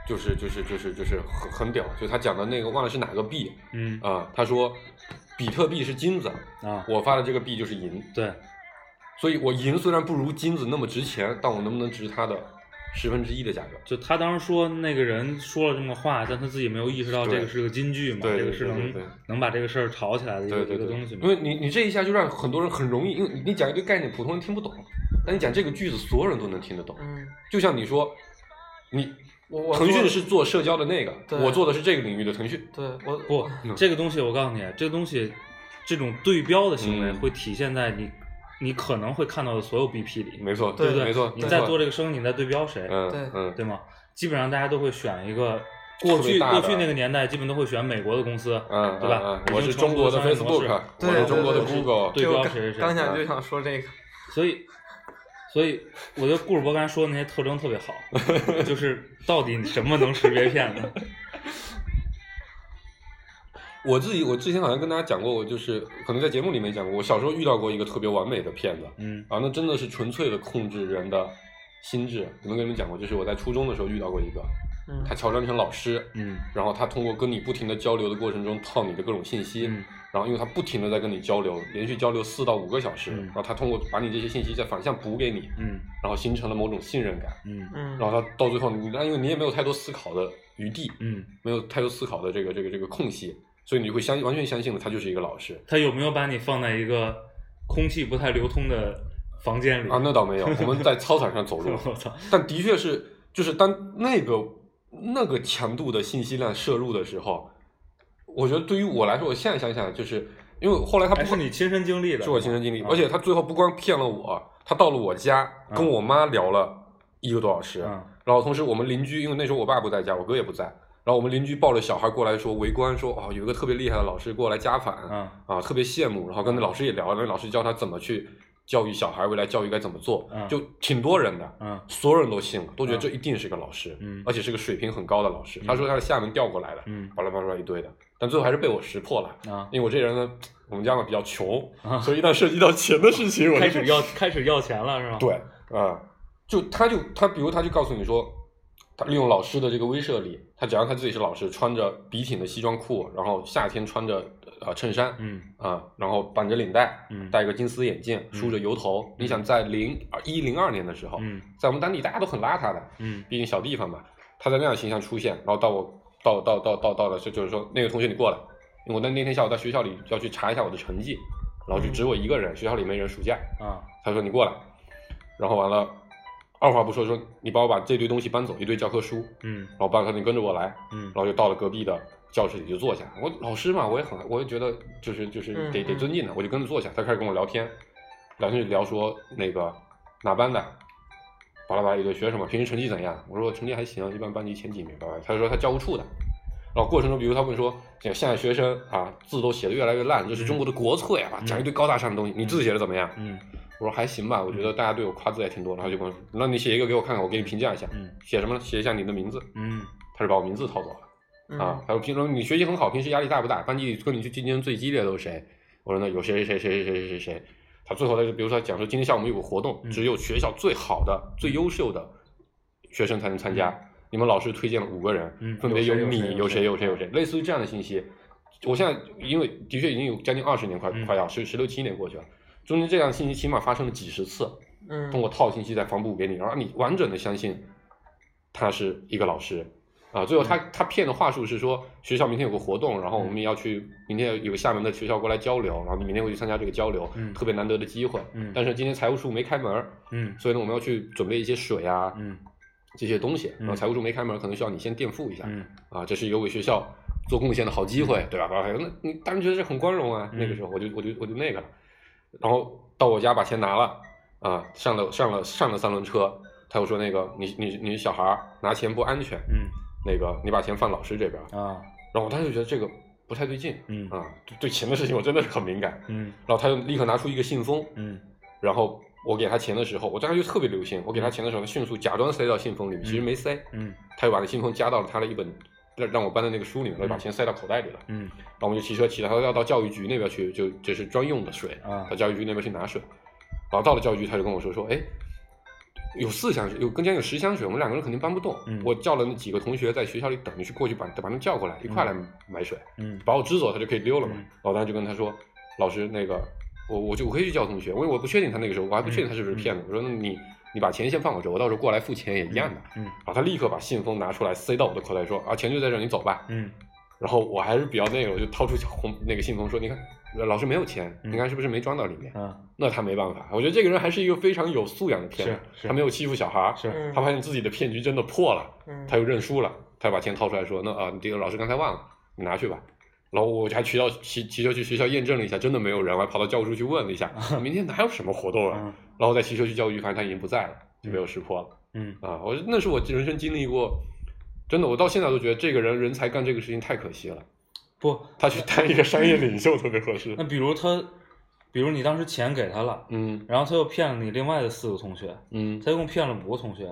Speaker 4: 就是就是就是就是很很屌，就他讲的那个忘了是哪个币
Speaker 5: 嗯
Speaker 4: 啊、他说比特币是金子，
Speaker 5: 啊，
Speaker 4: 我发的这个币就是银，
Speaker 5: 对，
Speaker 4: 所以我银虽然不如金子那么值钱，但我能不能值它的十分之一的价格？
Speaker 5: 就他当时说那个人说了这么个话，但他自己没有意识到这
Speaker 4: 对
Speaker 5: 个是个金句嘛，
Speaker 4: 对
Speaker 5: 这个
Speaker 4: 对
Speaker 5: 是
Speaker 4: 对
Speaker 5: 能
Speaker 4: 对对
Speaker 5: 能把这个事儿炒起来的一个
Speaker 4: 对
Speaker 5: 一
Speaker 4: 对
Speaker 5: 个
Speaker 4: 对，
Speaker 5: 东西嘛
Speaker 4: 因。为你你这一下就让很多人很容易，因为你你讲一堆概念，普通人听不懂，但你讲这个句子，所有人都能听得懂。
Speaker 2: 嗯，
Speaker 4: 就像你说，你
Speaker 2: 我我
Speaker 4: 腾讯
Speaker 2: 做
Speaker 4: 是做社交的那个，
Speaker 2: 对
Speaker 4: 我做的是这个领域的腾讯。
Speaker 2: 对我
Speaker 5: 不，
Speaker 4: 嗯
Speaker 5: 这个东西我告诉你，这个东西这种对标的行为
Speaker 4: 嗯
Speaker 5: 会体现在你、你可能会看到的所有 BP 里，
Speaker 4: 没错，
Speaker 2: 对
Speaker 5: 对不对？
Speaker 4: 没错，
Speaker 5: 你
Speaker 4: 没
Speaker 5: 在
Speaker 4: 错
Speaker 5: 做这个生意，你在对标谁？
Speaker 4: 嗯
Speaker 2: 对
Speaker 4: 嗯，
Speaker 5: 对吗？基本上大家都会选一个过去
Speaker 4: 特别大的
Speaker 5: 过去那个年代，基本都会选美国的公司，
Speaker 4: 嗯
Speaker 5: 对吧？
Speaker 4: 嗯嗯
Speaker 5: 已经
Speaker 4: 我是
Speaker 5: 成
Speaker 4: 中国的
Speaker 5: 熟商业模式
Speaker 4: Facebook，
Speaker 2: 对
Speaker 4: 我是
Speaker 2: 对
Speaker 4: 中国的
Speaker 2: 对对
Speaker 4: Google，
Speaker 5: 对
Speaker 2: 这我
Speaker 5: 标
Speaker 2: 刚
Speaker 5: 谁是谁
Speaker 2: 刚想
Speaker 4: 嗯
Speaker 2: 就想说这个，
Speaker 5: 所以所以我觉得顾主播刚才说的那些特征特别
Speaker 4: <laughs>
Speaker 5: 好，就是到底什么能识别骗子？
Speaker 4: 我自己我之前好像跟大家讲过，我就是可能在节目里面讲过，我小时候遇到过一个特别完美的骗子，
Speaker 5: 嗯
Speaker 4: 啊，那真的是纯粹的控制人的心智。可能跟你们讲过，就是我在初中的时候遇到过一个，
Speaker 2: 嗯
Speaker 4: 他乔装成老师，
Speaker 5: 嗯
Speaker 4: 然后他通过跟你不停的交流的过程中套你的各种信息，
Speaker 5: 嗯
Speaker 4: 然后因为他不停的在跟你交流，连续交流四到五个小时，
Speaker 5: 嗯
Speaker 4: 然后他通过把你这些信息再反向补给你，
Speaker 5: 嗯
Speaker 4: 然后形成了某种信任感，
Speaker 5: 嗯
Speaker 2: 嗯，
Speaker 4: 然后他到最后你，但因为你也没有太多思考的余地，
Speaker 5: 嗯，
Speaker 4: 没有太多思考的这个这个这个空隙，所以你就会相完全相信了他就是一个老师。
Speaker 5: 他有没有把你放在一个空气不太流通的房间里
Speaker 4: 啊，那倒没有，我们在操场上走路，
Speaker 5: <laughs> 我操！
Speaker 4: 但的确是，就是当那个那个强度的信息量摄入的时候，我觉得对于我来说，我现在想想，就是因为后来他
Speaker 5: 还
Speaker 4: 不
Speaker 5: 是你亲身经历的，
Speaker 4: 是我亲身经历，
Speaker 5: 啊
Speaker 4: 而且他最后不光骗了我，他到了我家
Speaker 5: 啊
Speaker 4: 跟我妈聊了一个多小时，
Speaker 5: 啊
Speaker 4: 然后同时我们邻居，因为那时候我爸不在家，我哥也不在，然后我们邻居抱着小孩过来说围观，说哦有一个特别厉害的老师过来加反，
Speaker 5: 啊
Speaker 4: 啊，特别羡慕，然后跟那老师也聊了，那老师教他怎么去教育小孩，未来教育该怎么做，
Speaker 5: 嗯
Speaker 4: 就挺多人的，
Speaker 5: 啊
Speaker 4: 所有人都信了，都觉得
Speaker 5: 嗯
Speaker 4: 这一定是个老师，
Speaker 5: 嗯
Speaker 4: 而且是个水平很高的老师。他说他是厦门调过来的，
Speaker 5: 嗯
Speaker 4: 巴拉巴拉一堆的，但最后还是被我识破了，
Speaker 5: 啊！
Speaker 4: 因为我这人呢，我们家嘛比较穷，
Speaker 5: 啊
Speaker 4: 所以一旦涉及到钱的事情，我就
Speaker 5: 开始要开始要钱了是吗？
Speaker 4: 对啊、就他就他，比如他就告诉你说，他利用老师的这个威慑力，他只要他自己是老师，穿着笔挺的西装裤，然后夏天穿着呃衬衫，
Speaker 5: 嗯
Speaker 4: 啊、然后绑着领带，
Speaker 5: 嗯
Speaker 4: 戴个金丝眼镜，梳着油头。你想在零一零二年的时候，
Speaker 5: 嗯
Speaker 4: 在我们当地大家都很邋遢的，
Speaker 5: 嗯
Speaker 4: 毕竟小地方嘛，他在那样的形象出现，然后到我到到到到到了，就就是说那个同学你过来，因为我那那天下午到学校里要去查一下我的成绩，然后就只我一个人，学校里没人，暑假，
Speaker 5: 啊
Speaker 4: 他说你过来，然后完了，二话不说说你帮我把这堆东西搬走，一堆教科书，
Speaker 5: 嗯
Speaker 4: 然后班长说你跟着我来，
Speaker 5: 嗯
Speaker 4: 然后就到了隔壁的教室里就坐下。我老师嘛，我也很，我也觉得就是就是
Speaker 2: 嗯
Speaker 4: 得得
Speaker 2: 嗯
Speaker 4: 尊敬他，我就跟着坐下。他开始跟我聊天，聊天就聊说那个哪班的，巴拉巴拉一堆学什么，平时成绩怎样？我说我成绩还行，一般班级前几名。巴拉巴拉他说他教务处的。然后过程中，比如他问说，现在学生啊字都写的越来越烂，这是中国的国粹啊，
Speaker 5: 嗯
Speaker 4: 讲一堆高大上的东西，你字写的怎么样？
Speaker 5: 嗯
Speaker 4: 我说还行吧，我觉得大家对我夸字也挺多。然后就跟我说，那你写一个给我看看，我给你评价一下。
Speaker 5: 嗯
Speaker 4: 写什么呢？写一下你的名字。
Speaker 5: 嗯
Speaker 4: 他就把我名字掏走了。啊
Speaker 2: 嗯，
Speaker 4: 还有平常你学习很好，平时压力大不大？班级里跟你去竞争最激烈的都是谁？我说那有谁谁谁谁谁谁谁。他最后他就比如说他讲说今天下午我们有个活动，
Speaker 5: 嗯
Speaker 4: 只有学校最好的、最优秀的学生才能参加。你们老师推荐了五个人，
Speaker 5: 嗯
Speaker 4: 分别
Speaker 5: 有谁有谁
Speaker 4: 你、
Speaker 5: 有
Speaker 4: 有
Speaker 5: 谁嗯
Speaker 4: 有谁、有谁，类似于这样的信息。我现在因为的确已经有将近二十年快、
Speaker 5: 嗯
Speaker 4: 快要十十六七年过去了，中间这样的信息起码发生了几十次。
Speaker 2: 嗯，
Speaker 4: 通过套信息再反哺给你，然后你完整的相信他是一个老师啊。最后
Speaker 5: 嗯
Speaker 4: 他他骗的话术是说，学校明天有个活动，然后我们也要去，明天有个厦门的学校过来交流，然后你明天会去参加这个交流，
Speaker 5: 嗯
Speaker 4: 特别难得的机会。
Speaker 5: 嗯
Speaker 4: 但是今天财务处没开门，
Speaker 5: 嗯
Speaker 4: 所以呢，我们要去准备一些水啊、
Speaker 5: 嗯
Speaker 4: 这些东西。然后
Speaker 5: 嗯
Speaker 4: 财务处没开门，可能需要你先垫付一下、
Speaker 5: 嗯
Speaker 4: 啊，这是一个为学校做贡献的好机会，对吧？然后那你当然觉得这很光荣啊。
Speaker 5: 嗯
Speaker 4: 那个时候我就我就我就那个了，然后到我家把钱拿了啊，上了上了上了三轮车，他又说那个你你你小孩儿拿钱不安全，
Speaker 5: 嗯
Speaker 4: 那个你把钱放老师这边儿。
Speaker 5: 啊
Speaker 4: 然后我当时就觉得这个不太对劲
Speaker 5: 嗯
Speaker 4: 啊，对对钱的事情我真的是很敏感。
Speaker 5: 嗯
Speaker 4: 然后他就立刻拿出一个信封，
Speaker 5: 嗯
Speaker 4: 然后我给他钱的时候，我当时就特别留心，我给他钱的时候，他迅速假装塞到信封里面，其实没塞，
Speaker 5: 嗯
Speaker 4: 他就把那信封夹到了他的一本让让我搬的那个书里面，他就把钱塞到口袋里了。
Speaker 5: 嗯
Speaker 4: 然后我们就骑车骑到，他要到教育局那边去，就就是专用的水，
Speaker 5: 啊
Speaker 4: 到教育局那边去拿水。然后到了教育局，他就跟我说说，哎，有四箱水，有跟前有十箱水，我们两个人肯定搬不动。
Speaker 5: 嗯
Speaker 4: 我叫了那几个同学在学校里等，你去过去把把他们叫过来，一块来买水，
Speaker 5: 嗯
Speaker 4: 把我支走，他就可以溜了嘛。
Speaker 5: 嗯
Speaker 4: 然后我当时就跟他说，老师那个。我我就我可以去叫同学，因为我不确定他那个时候，我还不确定他是不是骗子。我说那你你把钱先放我这，我到时候过来付钱也一样的。
Speaker 5: 嗯
Speaker 4: 然后他立刻把信封拿出来塞到我的口袋，说啊钱就在这儿，你走吧。
Speaker 5: 嗯
Speaker 4: 然后我还是比较那个，我就掏出小红那个信封说：“你看，老师没有钱，
Speaker 5: 嗯
Speaker 4: 你看是不是没装到里面？”
Speaker 5: 啊
Speaker 4: 那他没办法，我觉得这个人还是一个非常有素养的骗子，
Speaker 5: 是是
Speaker 4: 他没有欺负小孩儿，
Speaker 5: 是
Speaker 2: 嗯
Speaker 4: 他发现自己的骗局真的破了，
Speaker 2: 嗯
Speaker 4: 他又认输了，他把钱掏出来说：“那啊，这个老师刚才忘了，你拿去吧。”然后我就还骑到骑骑车去学校验证了一下，真的没有人，我还跑到教务处去问了一下，啊明天哪有什么活动啊？
Speaker 5: 嗯
Speaker 4: 然后再骑车去教育局，发现他已经不在了，就被我识破了。
Speaker 5: 嗯
Speaker 4: 啊，我那是我人生经历过，真的，我到现在都觉得这个人人才干这个事情太可惜了。
Speaker 5: 不，
Speaker 4: 他 <laughs> 去当一个商业领袖特别合适
Speaker 5: 那。比如他，比如你当时钱给他了，
Speaker 4: <laughs> 嗯
Speaker 5: 然后他又骗了你另外的四个同学，
Speaker 4: 嗯
Speaker 5: 他一共骗了五个同学，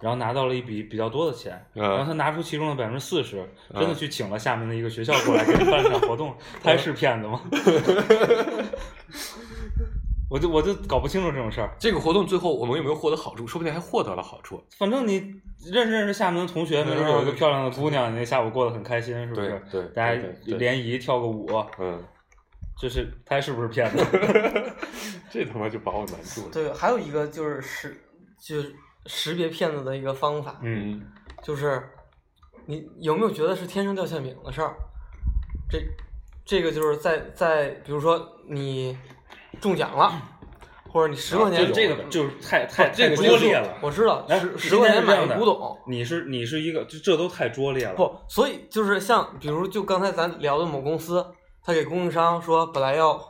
Speaker 5: 然后拿到了一笔比较多的钱，
Speaker 4: 嗯
Speaker 5: 然后他拿出其中的百分之四十，
Speaker 4: 嗯
Speaker 5: 真的去请了厦门的一个学校过来给你办了场活
Speaker 4: <laughs>
Speaker 5: 动，他还是骗子吗？ <laughs> 我就我就搞不清楚这种事儿。
Speaker 4: 这个活动最后我们有没有获得好处？说不定还获得了好处。
Speaker 5: 反正你认识认识厦门的同学，没准有一个漂亮的姑娘，你那下午过得很开心，是不是？
Speaker 4: 嗯对对对
Speaker 5: 大家
Speaker 4: 对
Speaker 5: 联谊跳个舞，
Speaker 4: 嗯， <laughs>
Speaker 5: 就是他是不是骗子？
Speaker 4: 这他妈就把我难住了。
Speaker 2: 对，还有一个就是识，就是识别骗子的一个方法，
Speaker 5: 嗯
Speaker 4: 嗯
Speaker 2: 就是你有没有觉得是天上掉馅饼的事儿？这这个就是在在，比如说你中奖了，或者你十块钱，
Speaker 4: 啊
Speaker 5: 这个就是太太
Speaker 4: 哦这个
Speaker 5: 太
Speaker 4: 就是
Speaker 5: 拙劣了。
Speaker 2: 我知道
Speaker 5: 哎
Speaker 2: 十
Speaker 5: 你
Speaker 2: 十块
Speaker 5: 现
Speaker 2: 钱
Speaker 5: 在是这
Speaker 2: 买
Speaker 5: 样的
Speaker 2: 个古董，
Speaker 5: 你是你是一个，这这都太拙劣了。
Speaker 2: 不，所以就是像比如就刚才咱聊的某公司，他给供应商说本来要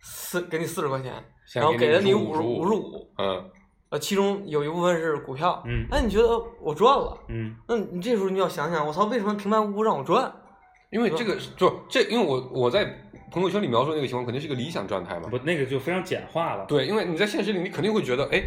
Speaker 2: 四给你四十块钱，
Speaker 4: 现在
Speaker 2: 然后
Speaker 4: 给
Speaker 2: 给
Speaker 4: 你
Speaker 2: 了你
Speaker 4: 55
Speaker 2: 五十五十五，
Speaker 4: 嗯
Speaker 2: 呃，其中有一部分是股票，
Speaker 5: 嗯
Speaker 2: 哎，你觉得我赚了？
Speaker 5: 嗯
Speaker 2: 那你这时候你要想想，我操，为什么平白无故让我赚？
Speaker 4: 因为这个就这，因为我我在朋友圈里描述那个情况，肯定是个理想状态嘛
Speaker 5: 不。，那个就非常简化了。
Speaker 4: 对，因为你在现实里，你肯定会觉得，哎，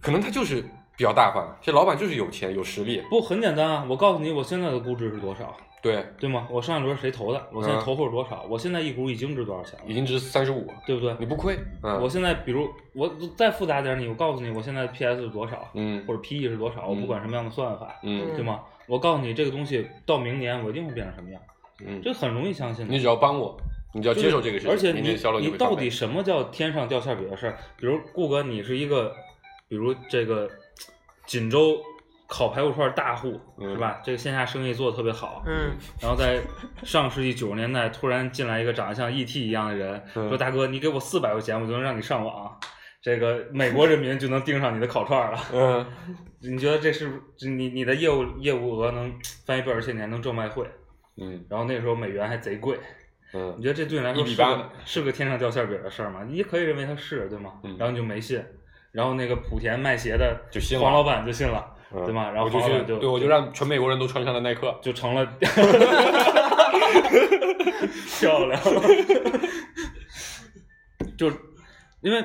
Speaker 4: 可能他就是比较大方，这老板就是有钱有实力。
Speaker 5: 不，很简单啊！我告诉你，我现在的估值是多少？
Speaker 4: 对，
Speaker 5: 对吗？我上一轮谁投的？我现在投或者多少？我现在一股已经值多少钱
Speaker 4: 嗯已
Speaker 5: 了？
Speaker 4: 经值三十五，
Speaker 5: 对不对？
Speaker 4: 你不亏。嗯，
Speaker 5: 我现在比如我再复杂点儿你，我告诉你我现在 PS 是多少，
Speaker 4: 嗯
Speaker 5: 或者 PE 是多少，我不管什么样的算法，
Speaker 4: 嗯
Speaker 5: 对吗？我告诉你这个东西到明年我一定会变成什么样，
Speaker 4: 嗯，
Speaker 5: 这很容易相信的。
Speaker 4: 你只要帮我，你只要
Speaker 5: 就
Speaker 4: 接
Speaker 5: 是
Speaker 4: 受这个事情，
Speaker 5: 而且
Speaker 4: 明
Speaker 5: 你
Speaker 4: 天销量就
Speaker 5: 你
Speaker 4: 会翻
Speaker 5: 到
Speaker 4: 倍
Speaker 5: 底什么叫天上掉馅饼的事儿？比如顾哥，你是一个，比如这个锦州烤排骨串大户、
Speaker 4: 嗯
Speaker 5: 是吧？这个线下生意做的特别好，
Speaker 2: 嗯，
Speaker 5: 然后在上世纪九十年代突然进来一个长得像 ET 一样的人，
Speaker 4: 嗯
Speaker 5: 说大哥，你给我四百块钱，我就能让你上网。这个美国人民就能盯上你的烤串了，
Speaker 4: 嗯，
Speaker 5: <laughs> 你觉得这是你你的业务业务额能翻一倍，而且你还能挣外汇？
Speaker 4: 嗯
Speaker 5: 然后那时候美元还贼贵，你
Speaker 4: 嗯
Speaker 5: 觉得这对你来说
Speaker 4: 1比
Speaker 5: 是
Speaker 4: 8
Speaker 5: 个是个天上掉馅饼的事儿吗？你也可以认为它是，对吗？
Speaker 4: 嗯
Speaker 5: 然后你就没信，然后那个莆田卖鞋的
Speaker 4: 就信了
Speaker 5: 黄老板就信了，
Speaker 4: 嗯，
Speaker 5: 对吗？然后
Speaker 4: 我就
Speaker 5: 黄老
Speaker 4: 去，
Speaker 5: 板
Speaker 4: 对，
Speaker 5: 就
Speaker 4: 我就让全美国人都穿上了耐克。
Speaker 5: 就成了漂亮，就是因为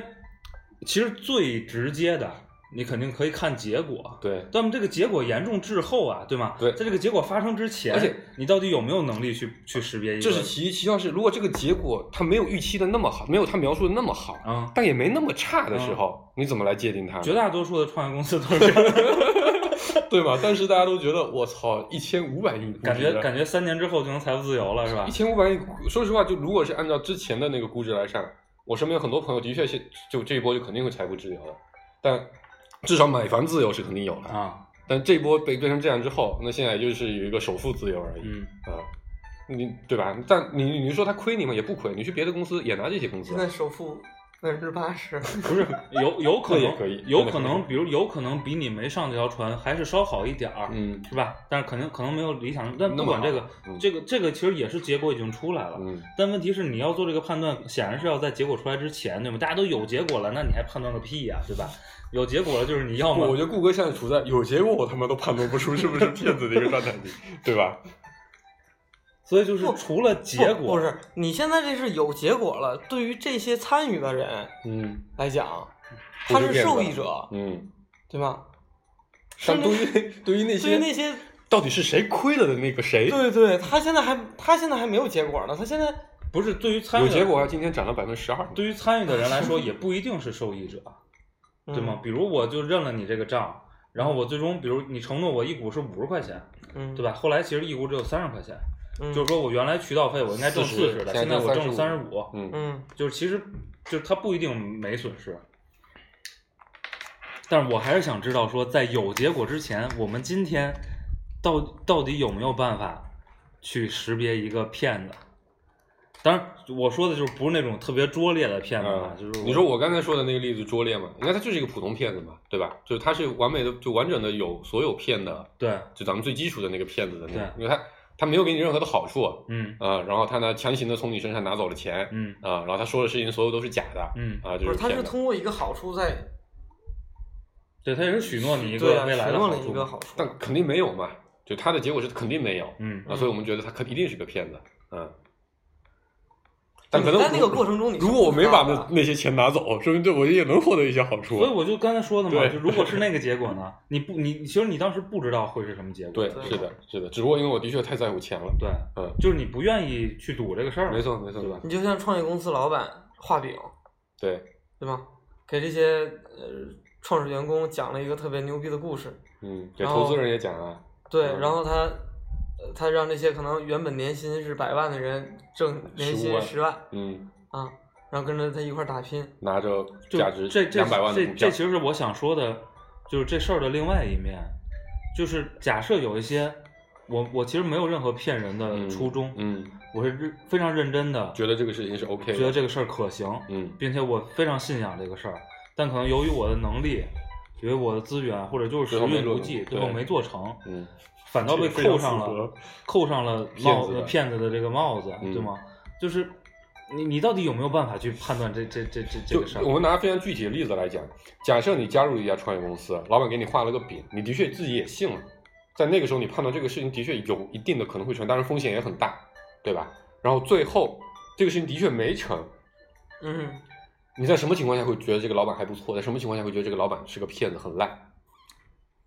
Speaker 5: 其实最直接的，你肯定可以看结果。
Speaker 4: 对，
Speaker 5: 那么这个结果严重滞后啊，对吗？
Speaker 4: 对
Speaker 5: 在这个结果发生之前，
Speaker 4: 而且
Speaker 5: 你到底有没有能力去去识别一个？
Speaker 4: 这是其一，其二是如果这个结果它没有预期的那么好，没有他描述的那么好，
Speaker 5: 啊，
Speaker 4: 但也没那么差的
Speaker 5: 嗯
Speaker 4: 时候，你怎么来界定它呢？
Speaker 5: 绝大多数的创业公司都是这
Speaker 4: <laughs>
Speaker 5: 样，
Speaker 4: 对吧？但是大家都觉得我操，一千五百亿估值，
Speaker 5: 感觉感觉三年之后就能财富自由了，是吧
Speaker 2: 啊
Speaker 4: <laughs> 一？千五百亿，说实话，就如果是按照之前的那个估值来算，我身边很多朋友的确是就这一波就肯定会财富自由了，但至少买房自由是肯定有了。
Speaker 5: 啊，
Speaker 4: 但这一波被变成这样之后，那现在就是有一个首付自由而已、
Speaker 5: 嗯，
Speaker 4: 啊，你对吧？但你你说他亏你吗？也不亏，你去别的公司也拿这些工资
Speaker 2: 现，在首付百分之八十，
Speaker 5: 不是，有有可
Speaker 4: 这
Speaker 5: 能
Speaker 4: 也可以
Speaker 5: 有
Speaker 4: 真的
Speaker 5: 可
Speaker 4: 可以
Speaker 5: 能，比如有可能比你没上这条船还是稍好一点儿，
Speaker 4: 嗯
Speaker 5: 是吧？但是肯定可能没有理想，但不
Speaker 4: 那么
Speaker 5: 管
Speaker 4: 好
Speaker 5: 这个，
Speaker 4: 嗯
Speaker 5: 这个这个其实也是结果已经出来了。
Speaker 4: 嗯，
Speaker 5: 但问题是，你要做这个判断，显然是要在结果出来之前，对吗？大家都有结果了，那你还判断个屁呀、对吧？有结果了，就是你要
Speaker 4: 我
Speaker 5: 么
Speaker 4: 觉得顾哥现在处在有结果我他妈都判断不出是不是骗子的一个状态里，对吧？
Speaker 5: 所以就是
Speaker 2: 不
Speaker 5: 除了 <laughs> 结
Speaker 2: 不
Speaker 5: 果
Speaker 2: 不是你现在这是有结果了。对于这些参与的人
Speaker 4: 嗯
Speaker 2: 来讲，
Speaker 4: 不
Speaker 2: 他
Speaker 4: 是
Speaker 2: 是
Speaker 4: 骗子
Speaker 2: 受益者，
Speaker 4: 嗯，
Speaker 2: 对吧？
Speaker 4: 但对于对于那
Speaker 2: 对于
Speaker 4: 些
Speaker 2: 那些，
Speaker 4: 到底是谁亏了的那个谁，
Speaker 2: 对对，他现在还他现在还没有结果呢，他现在
Speaker 5: 不是对于参与
Speaker 4: 有
Speaker 5: 的
Speaker 4: 结果啊，今天涨了百分之十二，
Speaker 5: 对于参与的人来说，也不一定是受益者，
Speaker 2: 嗯
Speaker 5: 对吗？？比如我就认了你这个账，然后我最终，比如你承诺我一股是五十块钱，
Speaker 2: 嗯，
Speaker 5: 对吧？后来其实一股只有三十块钱，
Speaker 2: 嗯？
Speaker 5: 就是说我原来渠道费我应该挣四
Speaker 4: 40
Speaker 5: 十的，现
Speaker 4: 现
Speaker 5: 在
Speaker 4: 在
Speaker 5: 我挣三十
Speaker 4: 35
Speaker 5: 五，
Speaker 4: 嗯，
Speaker 2: 嗯
Speaker 5: 就是其实就是它不一定没损失。但是我还是想知道说，在有结果之前，我们今天到到底有没有办法去识别一个骗子？当然，我说的就是不是那种特别拙劣的骗子啊，就
Speaker 4: 嗯
Speaker 5: 是
Speaker 4: 你说我刚才说的那个例子拙劣嘛？你看他就是一个普通骗子嘛，对吧？就是他是完美的，就完整的有所有骗的，
Speaker 5: 对，
Speaker 4: 就咱们最基础的那个骗子的那个，
Speaker 5: 对
Speaker 4: 因为他他没有给你任何的好处啊、
Speaker 5: 嗯
Speaker 4: 然后他呢强行的从你身上拿走了钱，
Speaker 5: 嗯
Speaker 4: 啊、然后他说的事情所有都是假的，
Speaker 5: 嗯，
Speaker 4: 啊、就
Speaker 2: 不是，他
Speaker 4: 骗
Speaker 2: 是
Speaker 4: 的。
Speaker 2: 通过一个好处在
Speaker 5: 对他也是许诺你一
Speaker 2: 对
Speaker 5: 个
Speaker 2: 啊
Speaker 5: 未来
Speaker 2: 使
Speaker 5: 的
Speaker 2: 用
Speaker 5: 好
Speaker 2: 了一
Speaker 5: 处
Speaker 2: 个
Speaker 5: 嘛，
Speaker 2: 好处，
Speaker 4: 但肯定没有嘛，就他的结果是肯定没有，
Speaker 5: 嗯
Speaker 4: 啊，所以我们觉得他肯一定是个骗子，嗯。但
Speaker 2: 但
Speaker 4: 可能
Speaker 2: 在那个
Speaker 4: 如
Speaker 2: 过程中你是
Speaker 4: 如果我
Speaker 2: 不知
Speaker 4: 没把
Speaker 2: 道
Speaker 4: 那
Speaker 2: 的
Speaker 4: 那些钱拿走，说明对我也能获得一些好处。啊
Speaker 5: 所以我就刚才说的嘛，
Speaker 4: 对
Speaker 5: 就如果是那个结果呢，你不你其实你当时不知道会是什么结果，
Speaker 4: 对，是的，是的，只不过因为我的确太在乎钱了。
Speaker 5: 对，
Speaker 4: 嗯，
Speaker 5: 就是你不愿意去赌这个事儿嘛，
Speaker 4: 没错，没错，
Speaker 5: 对吧？
Speaker 2: 你就像创业公司老板画饼，
Speaker 4: 对，
Speaker 2: 对吧？给这些呃创始员工讲了一个特别牛逼的故事，
Speaker 4: 嗯，给
Speaker 2: 然
Speaker 4: 投
Speaker 2: 后
Speaker 4: 资人也讲啊，
Speaker 2: 对，
Speaker 4: 嗯
Speaker 2: 然后他呃他让这些可能原本年薪是百万的人挣年薪
Speaker 4: 15
Speaker 2: 十万
Speaker 4: 嗯，
Speaker 2: 啊，然后跟着他一块儿打拼，
Speaker 4: 拿着
Speaker 5: 就
Speaker 4: 价值
Speaker 5: 这这
Speaker 4: 两百万的
Speaker 5: 这
Speaker 4: 股
Speaker 5: 这
Speaker 4: 票，
Speaker 5: 其实是我想说的，就是这事儿的另外一面，就是假设有一些我我其实没有任何骗人的
Speaker 4: 嗯
Speaker 5: 初衷，
Speaker 4: 嗯，
Speaker 5: 我是认非常认真的，
Speaker 4: 觉得这个事情是 OK 的，
Speaker 5: 觉得这个事儿可行，
Speaker 4: 嗯
Speaker 5: 并且我非常信仰这个事儿，但可能由于我的能力，由于我的资源，或者就是
Speaker 4: 最
Speaker 5: 时
Speaker 4: 后没
Speaker 5: 运不
Speaker 4: 做
Speaker 5: 济，
Speaker 4: 成
Speaker 5: 最后
Speaker 4: 对
Speaker 5: 没做成，
Speaker 4: 嗯，
Speaker 5: 反倒被
Speaker 4: 这个非常
Speaker 5: 扣上
Speaker 4: 符
Speaker 5: 了
Speaker 4: 合
Speaker 5: 扣上了帽
Speaker 4: 骗子的
Speaker 5: 骗子的这个帽子，
Speaker 4: 嗯
Speaker 5: 对吗？就是你你到底有没有办法去判断这这这这这
Speaker 4: 就
Speaker 5: 个事儿？
Speaker 4: 我们拿非常具体的例子来讲，假设你加入一家创业公司，老板给你画了个饼，你的确自己也信了，在那个时候你判断这个事情的确有一定的可能会成，当然风险也很大，对吧？然后最后这个事情的确没成，
Speaker 2: 嗯，
Speaker 4: 你在什么情况下会觉得这个老板还不错？在什么情况下会觉得这个老板是个骗子，很烂？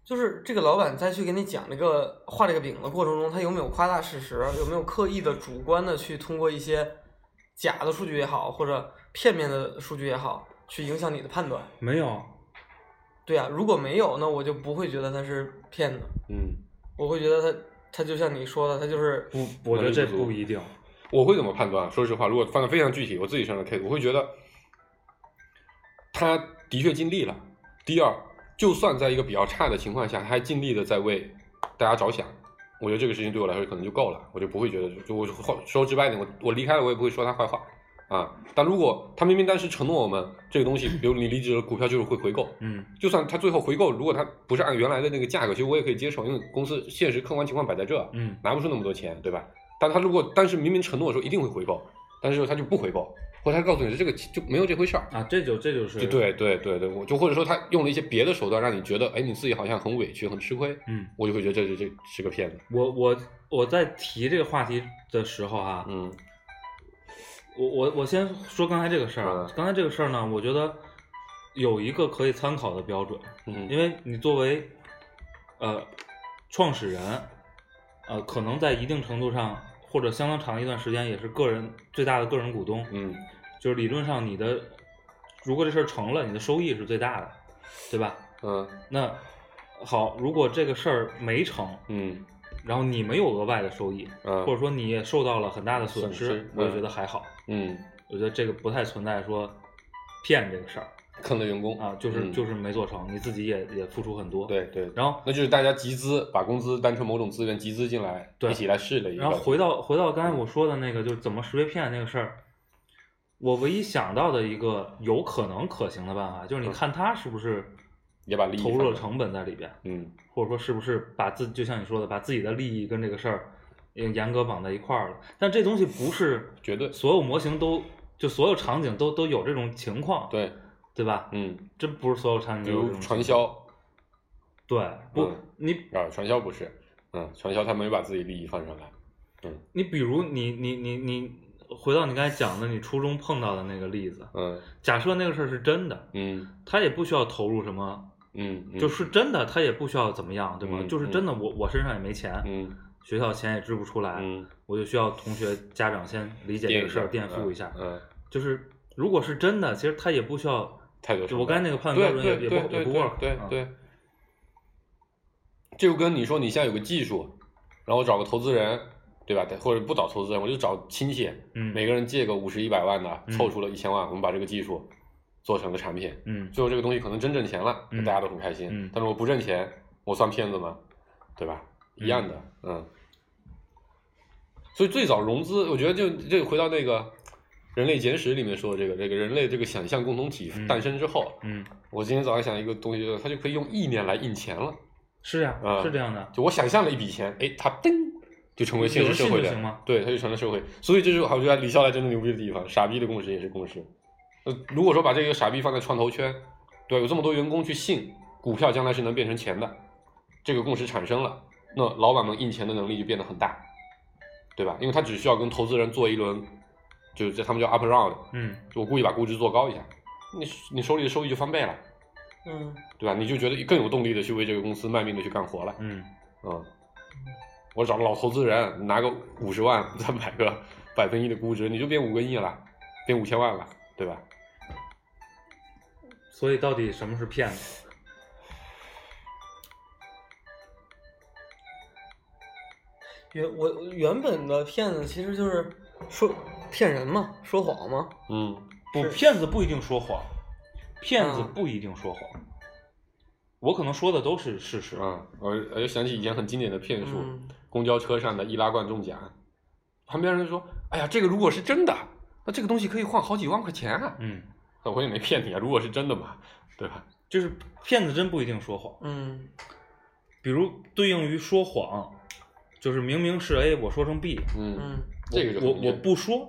Speaker 2: 就是这个老板在去给你讲这个画这个饼的过程中，他有没有夸大事实，有没有刻意的主观的去通过一些假的数据也好，或者片面的数据也好，去影响你的判断？
Speaker 5: 没有，
Speaker 2: 对啊，如果没有，那我就不会觉得他是骗子，
Speaker 4: 嗯，
Speaker 2: 我会觉得他他就像你说的，他就是
Speaker 5: 不，我觉得这不一定。
Speaker 4: 我会怎么判断？说实话，如果放到非常具体，我自己上的 case，我会觉得他的确尽力了。第二，就算在一个比较差的情况下，他还尽力的在为大家着想，我觉得这个事情对我来说可能就够了，我就不会觉得，就我说直白一点，我我离开了，我也不会说他坏话啊。但如果他明明当时承诺我们这个东西，比如你离职了，股票就是会回购，
Speaker 5: 嗯，
Speaker 4: 就算他最后回购，如果他不是按原来的那个价格，其实我也可以接受，因为公司现实客观情况摆在这，
Speaker 5: 嗯
Speaker 4: 拿不出那么多钱，对吧？但他如果当时明明承诺说一定会回报，但是他就不回报，或者他告诉你这个就没有这回事儿，
Speaker 5: 啊，这就这就是
Speaker 4: 就，对对对对，我就或者说他用了一些别的手段让你觉得，哎，你自己好像很委屈、很吃亏，
Speaker 5: 嗯，
Speaker 4: 我就会觉得这这这是个骗子。
Speaker 5: 我我我在提这个话题的时候啊，
Speaker 4: 嗯
Speaker 5: 我我我先说刚才这个事儿啊
Speaker 4: 嗯，
Speaker 5: 刚才这个事儿呢，我觉得有一个可以参考的标准，
Speaker 4: 嗯，
Speaker 5: 因为你作为呃创始人，呃，可能在一定程度上或者相当长一段时间也是个人最大的个人股东，
Speaker 4: 嗯
Speaker 5: 就是理论上你的如果这事儿成了，你的收益是最大的，对吧？
Speaker 4: 嗯
Speaker 5: 那好，如果这个事儿没成，
Speaker 4: 嗯
Speaker 5: 然后你没有额外的收益，
Speaker 4: 嗯
Speaker 5: 或者说你也受到了很大的损
Speaker 4: 损
Speaker 5: 失，
Speaker 4: 失
Speaker 5: 我也
Speaker 4: 嗯
Speaker 5: 觉得还好。
Speaker 4: 嗯，
Speaker 5: 我觉得这个不太存在说骗这个事儿
Speaker 4: 坑了员工
Speaker 5: 啊，就是、
Speaker 4: 嗯
Speaker 5: 就是没做成，你自己也也付出很多。，
Speaker 4: 对对，
Speaker 5: 然后
Speaker 4: 那就是大家集资把公司当成某种资源集资进来，
Speaker 5: 对
Speaker 4: 一起来试了一个，
Speaker 5: 然后回到回到刚才我说的那个，就是怎么识别骗那个事儿，我唯一想到的一个有可能可行的办法，就是你看他是不是
Speaker 4: 嗯也把利益
Speaker 5: 投入了
Speaker 4: 放大
Speaker 5: 成本在里边，
Speaker 4: 嗯
Speaker 5: 或者说是不是把自就像你说的，把自己的利益跟这个事儿呃严格绑在一块儿了。但这东西不是
Speaker 4: 绝对
Speaker 5: 所有模型都就所有场景都都有这种情况，
Speaker 4: 对
Speaker 5: 对吧？
Speaker 4: 嗯，
Speaker 5: 真不是所有场景
Speaker 4: 比
Speaker 5: 都有这
Speaker 4: 如
Speaker 5: 种
Speaker 4: 传
Speaker 5: 情况
Speaker 4: 销。
Speaker 5: 对，不，
Speaker 4: 嗯
Speaker 5: 你
Speaker 4: 啊，传销不是，嗯，传销他没把自己利益放上来，
Speaker 5: 你比如你你你你回到你刚才讲的你初中碰到的那个例子，
Speaker 4: 嗯
Speaker 5: 假设那个事儿是真的，
Speaker 4: 嗯
Speaker 5: 他也不需要投入什么，
Speaker 4: 嗯，嗯
Speaker 5: 就是真的他也不需要怎么样，对吧？
Speaker 4: 嗯
Speaker 5: 就是真的我我身上也没钱，
Speaker 4: 嗯
Speaker 5: 学校钱也支不出来，
Speaker 4: 嗯，
Speaker 5: 我就需要同学家长先理啊解这个事儿，
Speaker 4: 垫
Speaker 5: 垫付一下。
Speaker 4: 嗯，
Speaker 5: 就是如果是真的，其实他也不需要，
Speaker 4: 太多成
Speaker 5: 就
Speaker 4: 本。
Speaker 5: 我刚才那个判
Speaker 4: 对
Speaker 5: 断标准
Speaker 4: 对
Speaker 5: 也也
Speaker 4: 对
Speaker 5: 不
Speaker 4: 对
Speaker 5: 也不
Speaker 4: 对
Speaker 5: work，
Speaker 4: 对
Speaker 5: 嗯
Speaker 4: 对，这就跟你说你现在有个技术，然后我找个投资人，对吧？或者不找投资人，我就找亲戚，
Speaker 5: 嗯，
Speaker 4: 每个人借个五十一百万的，
Speaker 5: 嗯
Speaker 4: 凑出了一千万，我们把这个技术做成了产品，
Speaker 5: 嗯
Speaker 4: 最后这个东西可能真挣钱了，
Speaker 5: 嗯
Speaker 4: 大家都很开心。
Speaker 5: 嗯
Speaker 4: 但是我不挣钱，我算骗子吗？对吧？一样的，嗯。所以最早融资，我觉得就这回到那个《人类简史》里面说的这个，这个人类这个想象共同体
Speaker 5: 嗯
Speaker 4: 诞生之后，
Speaker 5: 嗯，
Speaker 4: 我今天早上想一个东西，就是它就可以用意念来印钱了。
Speaker 5: 是呀，
Speaker 4: 嗯
Speaker 5: 是这样的，
Speaker 4: 就我想象了一笔钱，哎，它噔就成为现实社会
Speaker 5: 有了
Speaker 4: 的
Speaker 5: 信就行吗，
Speaker 4: 对，它就成了社会。所以这是我觉得李笑来真的牛逼的地方，傻逼的共识也是共识。呃，如果说把这个傻逼放在创投圈，对吧，有这么多员工去信股票将来是能变成钱的，这个共识产生了，那老板们印钱的能力就变得很大，对吧？因为他只需要跟投资人做一轮，就是这他们叫 up round，
Speaker 5: 嗯
Speaker 4: 就我故意把估值做高一下，你你手里的收益就翻倍了，
Speaker 2: 嗯，
Speaker 4: 对吧？你就觉得更有动力的去为这个公司卖命的去干活了。
Speaker 5: 嗯，
Speaker 4: 嗯，我找老投资人拿个五十万，再买个百分一的估值，你就变五个亿了，变五千万了，对吧？
Speaker 5: 所以到底什么是骗子？
Speaker 2: 原我原本的骗子其实就是说骗人嘛，说谎嘛，
Speaker 4: 嗯
Speaker 5: 不，
Speaker 2: 是
Speaker 5: 骗子不一定说谎，骗子
Speaker 2: 嗯
Speaker 5: 不一定说谎。我可能说的都是事实。
Speaker 4: 嗯，我我就想起以前很经典的骗术，
Speaker 2: 嗯
Speaker 4: 公交车上的易拉罐中奖，旁边人就说：“哎呀，这个如果是真的，那这个东西可以换好几万块钱啊！” <laughs>
Speaker 5: 嗯，
Speaker 4: 那我也没骗你啊，如果是真的嘛，对吧？
Speaker 5: 就是骗子真不一定说谎。
Speaker 2: 嗯
Speaker 5: 比如对应于说谎，就是明明是 A，我说成 B，
Speaker 4: 嗯，
Speaker 2: 嗯
Speaker 4: 这个就
Speaker 5: 我
Speaker 4: 很
Speaker 5: 我不说，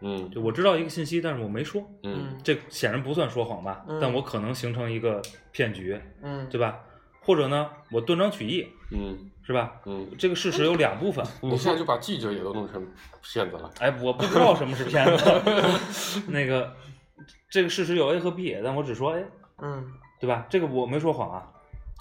Speaker 4: 嗯
Speaker 5: 就我知道一个信息，但是我没说，
Speaker 4: 嗯
Speaker 2: 嗯
Speaker 5: 这显然不算说谎吧？
Speaker 2: 嗯
Speaker 5: 但我可能形成一个骗局，
Speaker 2: 嗯，
Speaker 5: 对吧？或者呢，我断章取义，
Speaker 4: 嗯
Speaker 5: 是吧？
Speaker 4: 嗯，
Speaker 5: 这个事实有两部分，
Speaker 4: 你现在就把记者也都弄成骗子了。
Speaker 5: 哎，我不知道什么是骗
Speaker 4: <laughs>
Speaker 5: 子，那个这个事实有 A 和 B，但我只说 A，
Speaker 2: 嗯
Speaker 5: 对吧？这个我没说谎啊，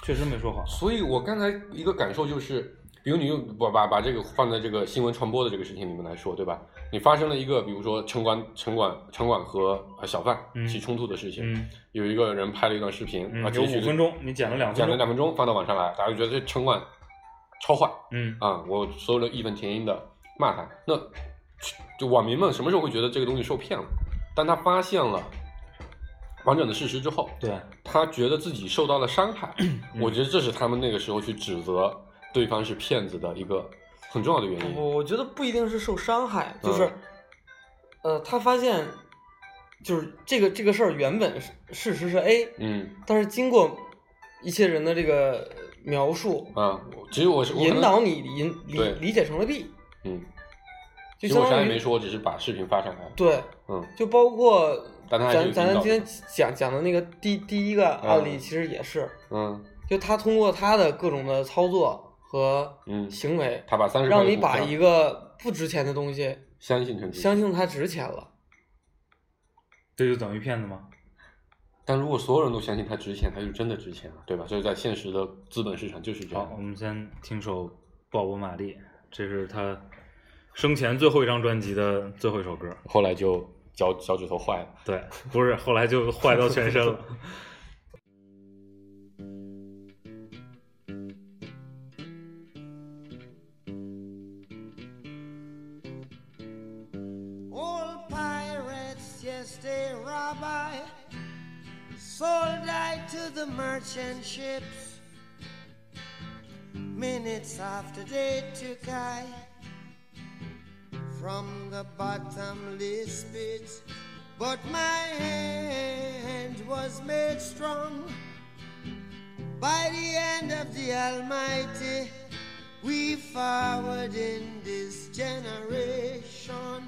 Speaker 5: 确实没说谎。
Speaker 4: 所以我刚才一个感受就是，比如你用把把把这个放在这个新闻传播的这个事情里面来说，对吧？你发生了一个，比如说城管、城管、城管和呃小贩
Speaker 5: 嗯
Speaker 4: 起冲突的事情，
Speaker 5: 嗯，
Speaker 4: 有一个人拍了一段视频，
Speaker 5: 嗯
Speaker 4: 啊，
Speaker 5: 有
Speaker 4: 截取
Speaker 5: 五
Speaker 4: 了
Speaker 5: 分，钟，你剪了两分
Speaker 4: 讲了
Speaker 5: 钟，
Speaker 4: 两分钟，放到网上来，大家就觉得这城管超坏
Speaker 5: 嗯，
Speaker 4: 啊！我所有的义愤填膺的骂他，那就网民们什么时候会觉得这个东西受骗了？当他发现了完整的事实之后，
Speaker 5: 对，
Speaker 4: 他觉得自己受到了伤 <clears throat> 害，我觉得这是他们那个时候去指责对方是骗子的一个很重要的原因。
Speaker 2: 我我觉得不一定是受伤害，就是，
Speaker 4: 嗯
Speaker 2: 呃，他发现，就是这个这个事儿原本是事实是 A，
Speaker 4: 嗯
Speaker 2: 但是经过一些人的这个描述，
Speaker 4: 啊，我其实我是我可能
Speaker 2: 引导，你引理
Speaker 4: 对
Speaker 2: 理解成了 B，
Speaker 4: 嗯，
Speaker 2: 就
Speaker 4: 其实我
Speaker 2: 相
Speaker 4: 啥
Speaker 2: 当
Speaker 4: 也
Speaker 2: 于
Speaker 4: 没说，只是把视频发上来。
Speaker 2: 对，
Speaker 4: 嗯
Speaker 2: 就包括
Speaker 4: 但他还是
Speaker 2: 咱咱
Speaker 4: 有引导
Speaker 2: 今天讲讲的那个第第一个案例，
Speaker 4: 嗯
Speaker 2: 其实也是，
Speaker 4: 嗯
Speaker 2: 就他通过他的各种的操作和
Speaker 4: 嗯，
Speaker 2: 行为，
Speaker 4: 他把三十
Speaker 2: 让你把一
Speaker 4: 个
Speaker 2: 个不值钱的东西
Speaker 4: 相信成绩，
Speaker 2: 相信它值钱了。
Speaker 5: 这就等于骗子吗？
Speaker 4: 但如果所有人都相信它值钱，它就真的值钱了，对吧？这是在现实的资本市场就是这
Speaker 5: 好，
Speaker 4: 样
Speaker 5: 我。们先听首鲍勃·马利，这是他生前最后一张专辑的最后一首歌。
Speaker 4: 后来就脚脚趾头坏了。
Speaker 5: 对，不是，后来就坏到全身了。
Speaker 7: Old pirates, yes, they rob I. Sold I to the merchant ships. Minutes after they took I from the bottomless pit. But my hand was made strong by the hand of the Almighty. We forward in this generation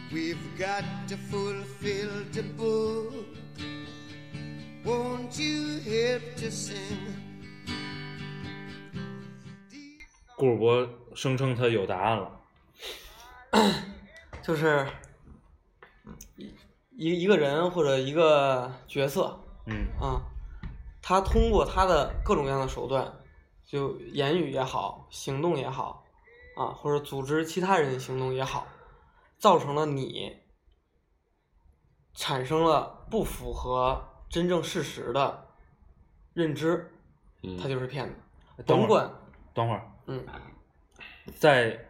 Speaker 7: We've got to fulfill the book. Won't you help to sing?
Speaker 5: 顾尔博声称他有答案了，
Speaker 2: 就是
Speaker 4: 嗯
Speaker 2: 一一个人或者一个角色
Speaker 5: 嗯
Speaker 2: 啊，他通过他的各种各样的手段，就言语也好，行动也好，啊，或者组织其他人行动也好，造成了你产生了不符合真正事实的认知，
Speaker 4: 嗯，
Speaker 2: 他就是骗子，
Speaker 5: 等
Speaker 2: 甭
Speaker 5: 会儿
Speaker 2: 管，
Speaker 5: 等会儿，
Speaker 2: 嗯，
Speaker 5: 在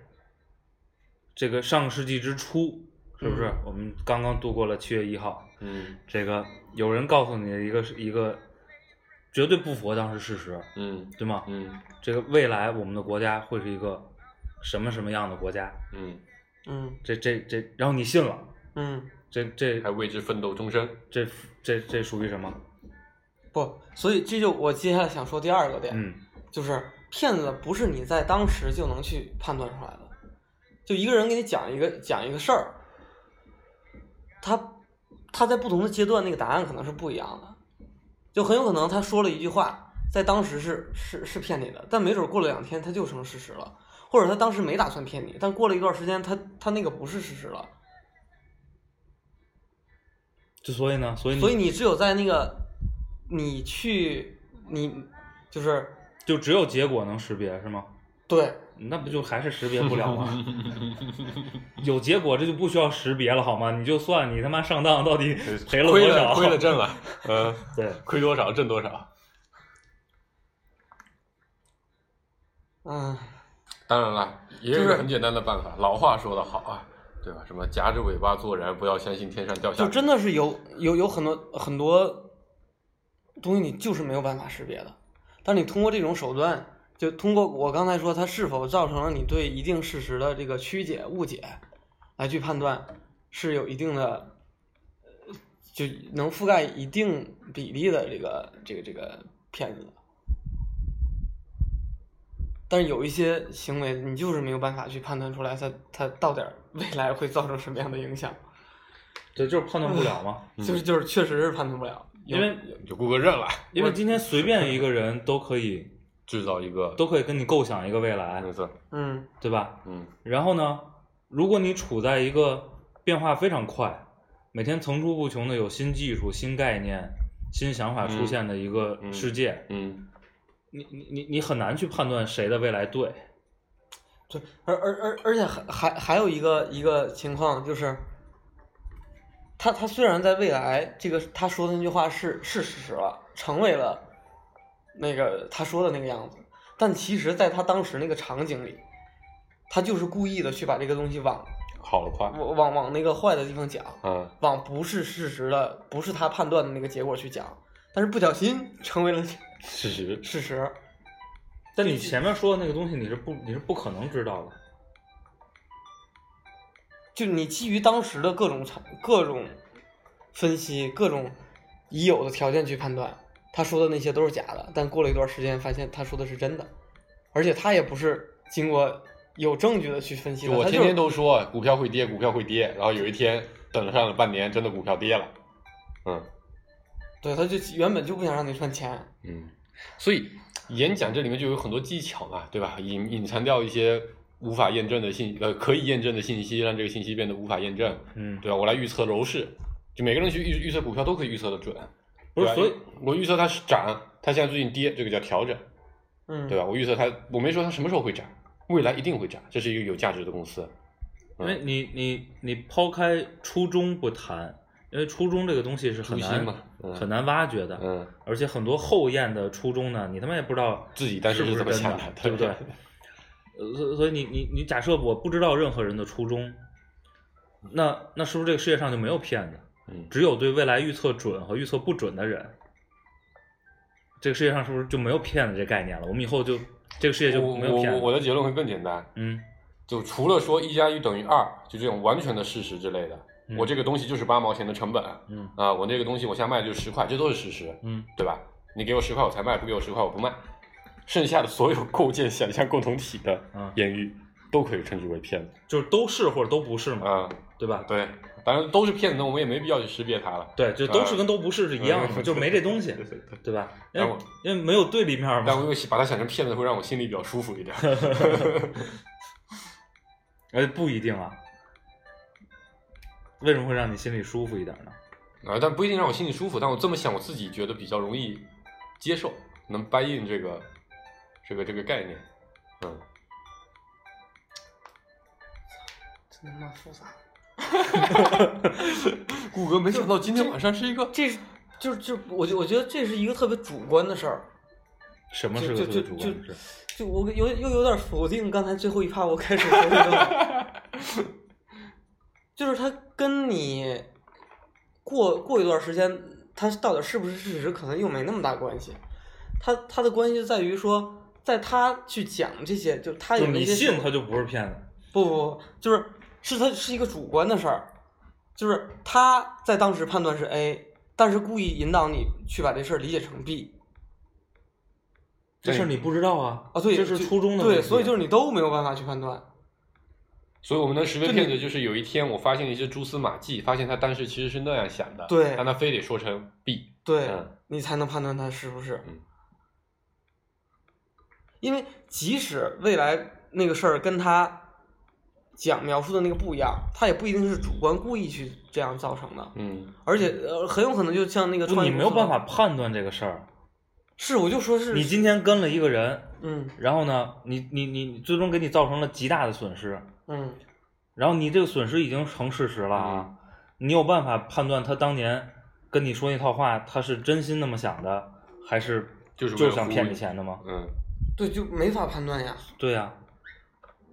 Speaker 5: 这个上世纪之初，是不是、我们刚刚度过了七月一号？
Speaker 4: 嗯
Speaker 5: 这个有人告诉你一个一个绝对不符合当时事实，
Speaker 4: 嗯
Speaker 5: 对吗？
Speaker 4: 嗯
Speaker 5: 这个未来我们的国家会是一个什么什么样的国家？
Speaker 4: 嗯，
Speaker 2: 嗯
Speaker 5: 这这这，然后你信了，
Speaker 2: 嗯，
Speaker 5: 这这
Speaker 4: 还为之奋斗终身。
Speaker 5: 这这这属于什么？
Speaker 2: 不，所以这就我接下来想说第二个点，
Speaker 5: 嗯
Speaker 2: 就是骗子不是你在当时就能去判断出来的。就一个人给你讲一个讲一个事儿，他他在不同的阶段那个答案可能是不一样的，就很有可能他说了一句话，在当时是是是骗你的，但没准过了两天他就成事实了，或者他当时没打算骗你，但过了一段时间他他那个不是事实了，
Speaker 5: 就所以呢，所以你
Speaker 2: 所以你只有在那个你去你就是
Speaker 5: 就只有结果能识别是吗？
Speaker 2: 对
Speaker 5: 那不就还是识别不了
Speaker 4: <laughs>
Speaker 5: 吗？有结果这就不需要识别了好吗？你就算你他妈上当到底赔了
Speaker 4: 亏
Speaker 5: 多
Speaker 4: 了
Speaker 5: 少？
Speaker 4: 亏了挣了，嗯，
Speaker 5: <laughs> 对，
Speaker 4: 亏多少挣多少。
Speaker 2: 嗯。
Speaker 4: 当然了，也有一个很简单的办法。老话说得好啊，对吧？什么夹着尾巴做人，不要相信天上掉下来。
Speaker 2: 就真的是有有有很多很多东西，你就是没有办法识别的。但你通过这种手段，就通过我刚才说它是否造成了你对一定事实的这个曲解、误解，来去判断，是有一定的，呃就能覆盖一定比例的这个这个这个骗子的。但是有一些行为，你就是没有办法去判断出来它它到底儿未来会造成什么样的影响。
Speaker 5: 对，就是判断不了嘛。
Speaker 4: 哎
Speaker 2: 就是就是，确实是判断不了。
Speaker 5: 因为
Speaker 4: 就顾哥认了，
Speaker 5: 因为今天随便一个人都可以
Speaker 4: 制造一个
Speaker 5: 都可以跟你构想一个未来
Speaker 4: 没，错，
Speaker 2: 嗯
Speaker 5: 对吧？
Speaker 4: 嗯，
Speaker 5: 然后呢，如果你处在一个变化非常快，每天层出不穷的有新技术、新概念、新想法出现的一个
Speaker 4: 嗯
Speaker 5: 世界，
Speaker 4: 嗯，
Speaker 5: 你你你你很难去判断谁的未来对。，
Speaker 2: 对，而而而而且还还还有一个一个情况就是，他他虽然在未来这个他说的那句话是是事实了，成为了那个他说的那个样子，但其实在他当时那个场景里，他就是故意的去把这个东西往
Speaker 4: 好了，快，
Speaker 2: 往往往那个坏的地方讲，
Speaker 4: 嗯，
Speaker 2: 往不是事实的，不是他判断的那个结果去讲，但是不小心成为了
Speaker 4: 事实，
Speaker 2: 事实。
Speaker 5: 但你前面说的那个东西，你是不你是不可能知道的。
Speaker 2: 就你基于当时的各种场、各种分析、各种已有的条件去判断，他说的那些都是假的。但过了一段时间，发现他说的是真的，而且他也不是经过有证据的去分析
Speaker 4: 就
Speaker 2: 的。
Speaker 4: 我
Speaker 2: 他
Speaker 4: 天
Speaker 2: 就是
Speaker 4: 天都说股票会跌，股票会跌，然后有一天等上了半年，真的股票跌了，嗯
Speaker 2: 对，他就原本就不想让你赚钱。
Speaker 4: 嗯，所以演讲这里面就有很多技巧嘛，对吧？隐隐藏掉一些无法验证的信，呃，可以验证的信息，让这个信息变得无法验证，
Speaker 5: 嗯，
Speaker 4: 对吧？啊我来预测楼市，就每个人去预预测股票都可以预测的准，
Speaker 5: 不是
Speaker 4: 对吧啊
Speaker 5: 所以
Speaker 4: 我预测它是涨，它现在最近跌，这个叫调整，
Speaker 2: 嗯，
Speaker 4: 对吧？我预测它，我没说它什么时候会涨，未来一定会涨，这是一个有价值的公司。
Speaker 5: 因
Speaker 4: 嗯
Speaker 5: 为你你你抛开初衷不谈，因为初衷这个东西是很
Speaker 4: 初
Speaker 5: 难
Speaker 4: 心嘛嗯
Speaker 5: 很难挖掘的，
Speaker 4: 嗯，
Speaker 5: 而且很多后验的初衷呢，你他妈也不知道
Speaker 4: 自己当
Speaker 5: 是
Speaker 4: 时
Speaker 5: 不
Speaker 4: 是
Speaker 5: 是
Speaker 4: 怎么
Speaker 5: 真
Speaker 4: 想
Speaker 5: 的
Speaker 4: 的，，
Speaker 5: 对不对？
Speaker 4: 吧
Speaker 5: 呃，所所以你你你假设我不知道任何人的初衷，那那是不是这个世界上就没有骗子？
Speaker 4: 嗯，
Speaker 5: 只有对未来预测准和预测不准的人，这个世界上是不是就没有骗子这概念了？我们以后就这个世界就
Speaker 4: 我
Speaker 5: 没有
Speaker 4: 我
Speaker 5: 骗
Speaker 4: 我
Speaker 5: 子。
Speaker 4: 我的结论会更简单，
Speaker 5: 嗯，
Speaker 4: 就除了说一加一等于二，就这种完全的事实之类的，
Speaker 5: 嗯
Speaker 4: 我这个东西就是八毛钱的成本，
Speaker 5: 嗯
Speaker 4: 啊，我这个东西我现在卖就是十块，这都是事实，
Speaker 5: 嗯，
Speaker 4: 对吧？你给我十块我才卖，不给我十块我不卖。剩下的所有构建想象共同体的
Speaker 5: 嗯
Speaker 4: 言语，都可以称之为骗子
Speaker 5: 就是都是或者都不是嘛，
Speaker 4: 啊、
Speaker 5: 对吧？
Speaker 4: 对，当然都是骗子，那我们也没必要去识别它了。
Speaker 5: 对，就都是跟都不是是一样
Speaker 2: 啊
Speaker 5: 的，
Speaker 4: 嗯
Speaker 5: 就没这东西，对吧？因
Speaker 4: 但
Speaker 5: 为
Speaker 4: 我
Speaker 5: 因为没有对立面
Speaker 4: 但我
Speaker 5: 嘛。
Speaker 4: 又把它想成骗子，会让我心里比较舒
Speaker 5: <laughs>
Speaker 4: 服一点。
Speaker 5: 哎，不一定啊。为什么会让你心里舒服一点呢？
Speaker 4: 啊，但不一定让我心里舒服，但我这么想，我自己觉得比较容易接受，能 buy in 这个这个这个概念，嗯，
Speaker 2: 真他妈复杂。
Speaker 4: 谷歌没想到今天晚上是一个
Speaker 2: 这是就就我觉我觉得这是一个特别主观的事儿。
Speaker 5: 什么是
Speaker 2: 就就
Speaker 5: 个最
Speaker 2: 就
Speaker 5: 主
Speaker 2: 就
Speaker 5: 观的事？
Speaker 2: 就我有又有点否定刚才最后一趴我开始说的话，
Speaker 5: <laughs>
Speaker 2: 就是它跟你过过一段时间，它到底是不是事实，可能又没那么大关系。它它的关系在于说，在他去讲这些，就他有
Speaker 5: 就是你
Speaker 2: 那些
Speaker 5: 信
Speaker 2: 行
Speaker 5: 他就不是骗子。
Speaker 2: 不不不，就是是他是一个主观的事儿，就是他在当时判断是 A，但是故意引导你去把这事儿理解成 B
Speaker 5: 这事儿你不知道啊？
Speaker 2: 啊，对，
Speaker 5: 这是
Speaker 2: 就
Speaker 5: 初中的问
Speaker 2: 对，
Speaker 5: 题
Speaker 2: 所以就是你都没有办法去判断。
Speaker 4: 所以我们能识别
Speaker 2: 就
Speaker 4: 骗
Speaker 2: 你
Speaker 4: 子，就是有一天我发现一些蛛丝马迹，发现他当时其实是那样想的，
Speaker 2: 对
Speaker 4: 但他非得说成 B，
Speaker 2: 对、
Speaker 4: 嗯
Speaker 2: 你才能判断它是不是。
Speaker 4: 嗯
Speaker 2: 因为即使未来那个事儿跟他讲描述的那个不一样，他也不一定是主观故意去这样造成的，
Speaker 4: 嗯，
Speaker 2: 而且呃很有可能就像那个
Speaker 5: 就
Speaker 2: 穿
Speaker 5: 你
Speaker 2: 衣服
Speaker 5: 没有
Speaker 2: 说
Speaker 5: 办
Speaker 2: 的
Speaker 5: 法判断这个事儿。
Speaker 2: 是，我就说是
Speaker 5: 你今天跟了一个人，
Speaker 2: 嗯
Speaker 5: 然后呢，你你你最终给你造成了极大的损失，
Speaker 2: 嗯
Speaker 5: 然后你这个损失已经成事实了
Speaker 4: 嗯
Speaker 5: 啊，你有办法判断他当年跟你说那套话，他是真心那么想的，还是
Speaker 4: 就是为
Speaker 5: 就
Speaker 4: 了
Speaker 5: 想
Speaker 4: 忽悠
Speaker 5: 骗你钱的吗？
Speaker 4: 嗯，
Speaker 2: 对，就没法判断呀。
Speaker 5: 对呀、啊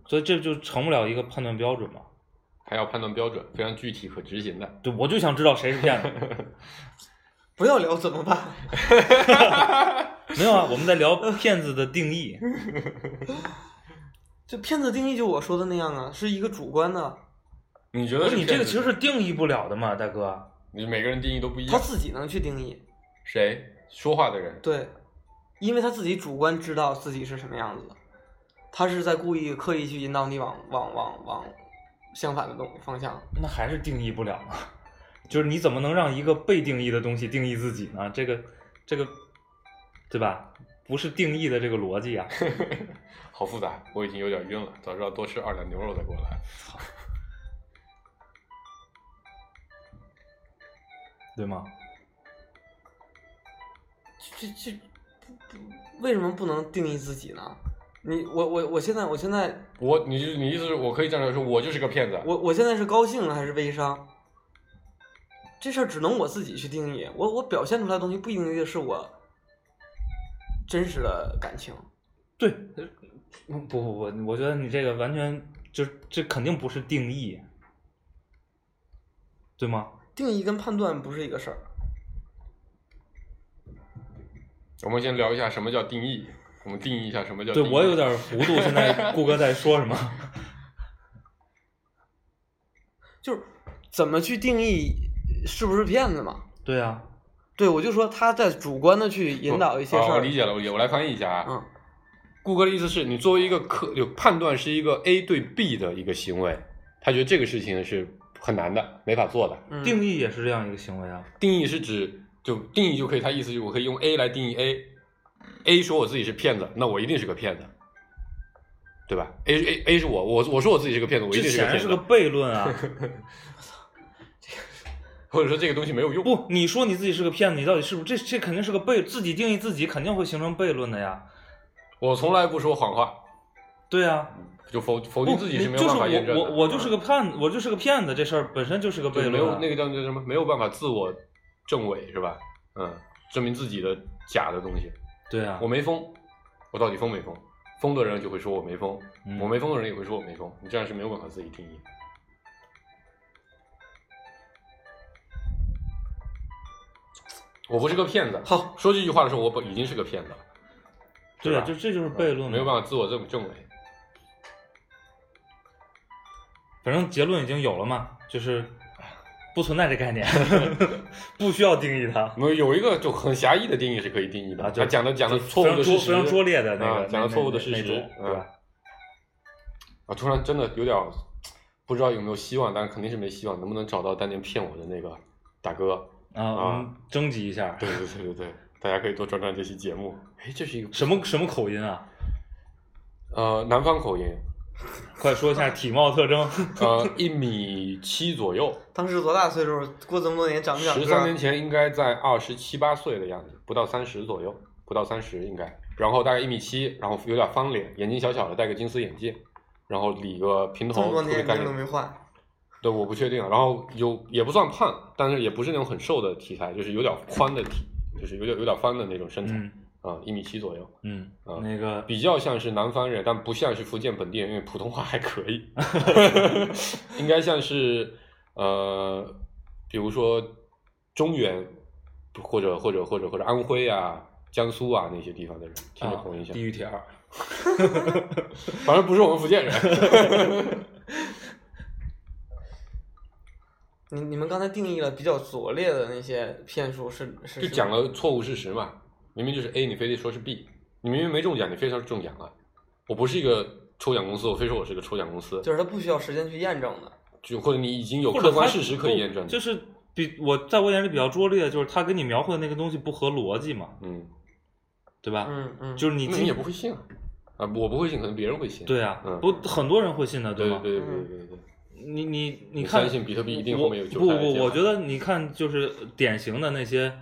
Speaker 5: 所以这就成不了一个判断标准嘛。
Speaker 4: 还要判断标准，非常具体可执行的。
Speaker 5: 对，我就想知道谁是骗子。
Speaker 4: <laughs>
Speaker 2: 不要聊怎么办？ <laughs>
Speaker 5: 没有啊，我们在聊骗子的定
Speaker 4: <laughs>
Speaker 5: 义。
Speaker 2: 就骗子定义就我说的那样啊，是一个主观的，
Speaker 4: 你觉
Speaker 5: 不
Speaker 4: 得
Speaker 5: 是你这个其实
Speaker 4: 是
Speaker 5: 是定义不了的嘛，大哥。
Speaker 4: 你每个人定义都不一
Speaker 2: 他
Speaker 4: 样。
Speaker 2: 自己能去定义，
Speaker 4: 谁说话的人？
Speaker 2: 对，因为他自己主观知道自己是什么样子的，他是在故意刻意去引导你往往往往相反的东方向。
Speaker 5: 那还是定义不了嘛。 <laughs> 就是你怎么能让一个被定义的东西定义自己呢？这个，这个，对吧？不是定义的这个逻辑啊。
Speaker 4: 好复杂，我已经有点晕了。早知道多吃二两牛肉再过来。
Speaker 5: 对吗？
Speaker 2: 这这不不为什么不能定义自己呢？你我我我现在我现在
Speaker 4: 我，你就你意思是我可以站出来说我就是个骗子？
Speaker 2: 我我现在是高兴了还是悲伤？这事儿只能我自己去定义，我我表现出来的东西不一定是我真实的感情。
Speaker 5: 对，呃不不不，我觉得你这个完全就这肯定不是定义，对吗？
Speaker 2: 定义跟判断不是一个事儿。
Speaker 4: 我们先聊一下什么叫定义。我们定义一下什么叫
Speaker 5: 对
Speaker 4: 定义
Speaker 5: 我有点糊涂，现在顾哥在说什么？ <laughs>
Speaker 2: 就是怎么去定义是不是骗子嘛？
Speaker 5: 对啊，
Speaker 2: 对，我就说他在主观的去引导一些
Speaker 4: 啊
Speaker 2: 事儿。
Speaker 4: 我理解了，我理解，我来翻译一下啊。
Speaker 2: 嗯，
Speaker 4: 顾哥的意思是你作为一个客，有判断是一个 A 对 B 的一个行为，他觉得这个事情是很难的，没法做的。
Speaker 2: 嗯，
Speaker 5: 定义也是这样一个行为啊。
Speaker 4: 定义是指就定义就可以，他意思就是我可以用 A 来定义 A。A 说我自己是骗子，那我一定是个骗子，对吧？A A A 是我，我我说我自己是个骗子，我一
Speaker 5: 这
Speaker 4: 定是个
Speaker 5: 显然
Speaker 4: 骗
Speaker 5: 是
Speaker 4: 子。
Speaker 5: 个悖论啊！
Speaker 4: 或者说这个东西没有用。
Speaker 5: 不，你说你自己是个骗子，你到底是不是？这这肯定是个悖，自己定义自己肯定会形成悖论的呀。
Speaker 4: 我从来不说谎话，
Speaker 5: 对啊，
Speaker 4: 就否否
Speaker 5: 不
Speaker 4: 定自己是没有
Speaker 5: 就是
Speaker 4: 办法验证
Speaker 5: 我
Speaker 4: 的。啊
Speaker 5: 我我就是个骗，我就是个骗子，这事儿本身就是个
Speaker 4: 对
Speaker 5: 悖
Speaker 4: 没
Speaker 5: 论啊、
Speaker 4: 有那个叫叫什么，没有办法自我证伪是吧？嗯，证明自己的假的东西。
Speaker 5: 对啊，
Speaker 4: 我没疯，我到底疯没疯？疯的人就会说我没疯，
Speaker 5: 嗯
Speaker 4: 我没疯的人也会说我没疯，你这样是没有办法自己定义。我不是个骗子，
Speaker 2: 好，
Speaker 4: 说这句话的时候，我本已经是个骗子了，
Speaker 5: 对啊，
Speaker 4: 吧
Speaker 5: 就这就是悖论嘛，
Speaker 4: 没有办法自我证证伪。
Speaker 5: 反正结论已经有了嘛，就是不存在这概念， <laughs> 不需要定义它。
Speaker 4: 没有有一个就很狭义的定义是可以定义的，
Speaker 5: 啊就
Speaker 4: 他讲的讲的
Speaker 5: 就
Speaker 4: <laughs> 错误的
Speaker 5: 非常
Speaker 4: 事
Speaker 5: 拙
Speaker 4: 实，
Speaker 5: 非常拙劣的那个
Speaker 4: 啊
Speaker 5: 那
Speaker 4: 讲的错误的
Speaker 5: 那
Speaker 4: 事
Speaker 5: 那
Speaker 4: 实，
Speaker 5: 种对吧？
Speaker 4: 啊，突然真的有点儿不知道有没有希望，但是肯定是没希望。能不能找到当年骗我的那个大哥？
Speaker 5: 啊，我们征集一下，
Speaker 4: 对对对对对，大家可以多转转这期节目。哎，这是一个
Speaker 5: 什么什么口音啊？
Speaker 4: 呃南方口音，
Speaker 5: 快说一下体貌特
Speaker 4: <laughs>
Speaker 5: 征。
Speaker 4: 呃一米七左右，
Speaker 2: 当时多大岁数？过这么多年长不长个
Speaker 4: 十
Speaker 2: 儿？
Speaker 4: 三年前应该在二十七八岁的样子，不到三十左右，不到三十应该。然后大概一米七，然后有点方脸，眼睛小小的，戴个金丝眼镜，然后理个平
Speaker 2: 这么
Speaker 4: 头，
Speaker 2: 多
Speaker 4: 梳个
Speaker 2: 年
Speaker 4: 干
Speaker 2: 眼镜都没
Speaker 4: 净。
Speaker 2: 换。
Speaker 4: 对，我不确定。然后有也不算胖，但是也不是那种很瘦的体态，就是有点宽的体，就是有点有点方的那种身材
Speaker 5: 嗯
Speaker 4: 啊，一、米七左右，
Speaker 5: 嗯
Speaker 4: 啊，
Speaker 5: 那个
Speaker 4: 比较像是南方人，但不像是福建本地人，因为普通话还可
Speaker 5: <laughs>
Speaker 4: 以，应该像是呃，比如说中原或者或者或者或者安徽啊、江苏啊那些地方的人，听着
Speaker 5: 啊
Speaker 4: 口音像，
Speaker 5: 地狱铁二，
Speaker 4: <laughs> 反正不是我们福
Speaker 5: <laughs>
Speaker 4: 建人。
Speaker 2: 你你们刚才定义了比较拙劣的那些骗术是是
Speaker 4: 就讲了错误事实嘛，明明就是 A，你非得说是 B，你明明没中奖，你非说是中奖了。我不是一个抽奖公司，我非说我是个抽奖公司，
Speaker 2: 就是他不需要时间去验证的。
Speaker 4: 就或者你已经有
Speaker 5: 或
Speaker 4: 客
Speaker 5: 者他
Speaker 4: 观事实可以验证的。
Speaker 5: 就是比我在我眼里比较拙劣的，就是他给你描绘的那个东西不合逻辑嘛，
Speaker 4: 嗯，
Speaker 5: 对
Speaker 4: 啊
Speaker 5: 吧？
Speaker 2: 嗯嗯，
Speaker 5: 就是你
Speaker 4: 那
Speaker 5: 今
Speaker 4: 你也不会信啊，啊，我不会信，可能别人会信。
Speaker 5: 对啊
Speaker 4: 嗯，
Speaker 5: 不很多人会信的，
Speaker 4: 对
Speaker 5: 吗？
Speaker 4: 对对对对对，
Speaker 5: 你你你
Speaker 4: 我
Speaker 5: 看
Speaker 4: 相，信比特币一定
Speaker 5: 我
Speaker 4: 后面有救
Speaker 5: 不
Speaker 4: 回来的
Speaker 5: 不，
Speaker 4: 解
Speaker 5: 我
Speaker 4: 法
Speaker 5: 觉得你看就是典型的那些，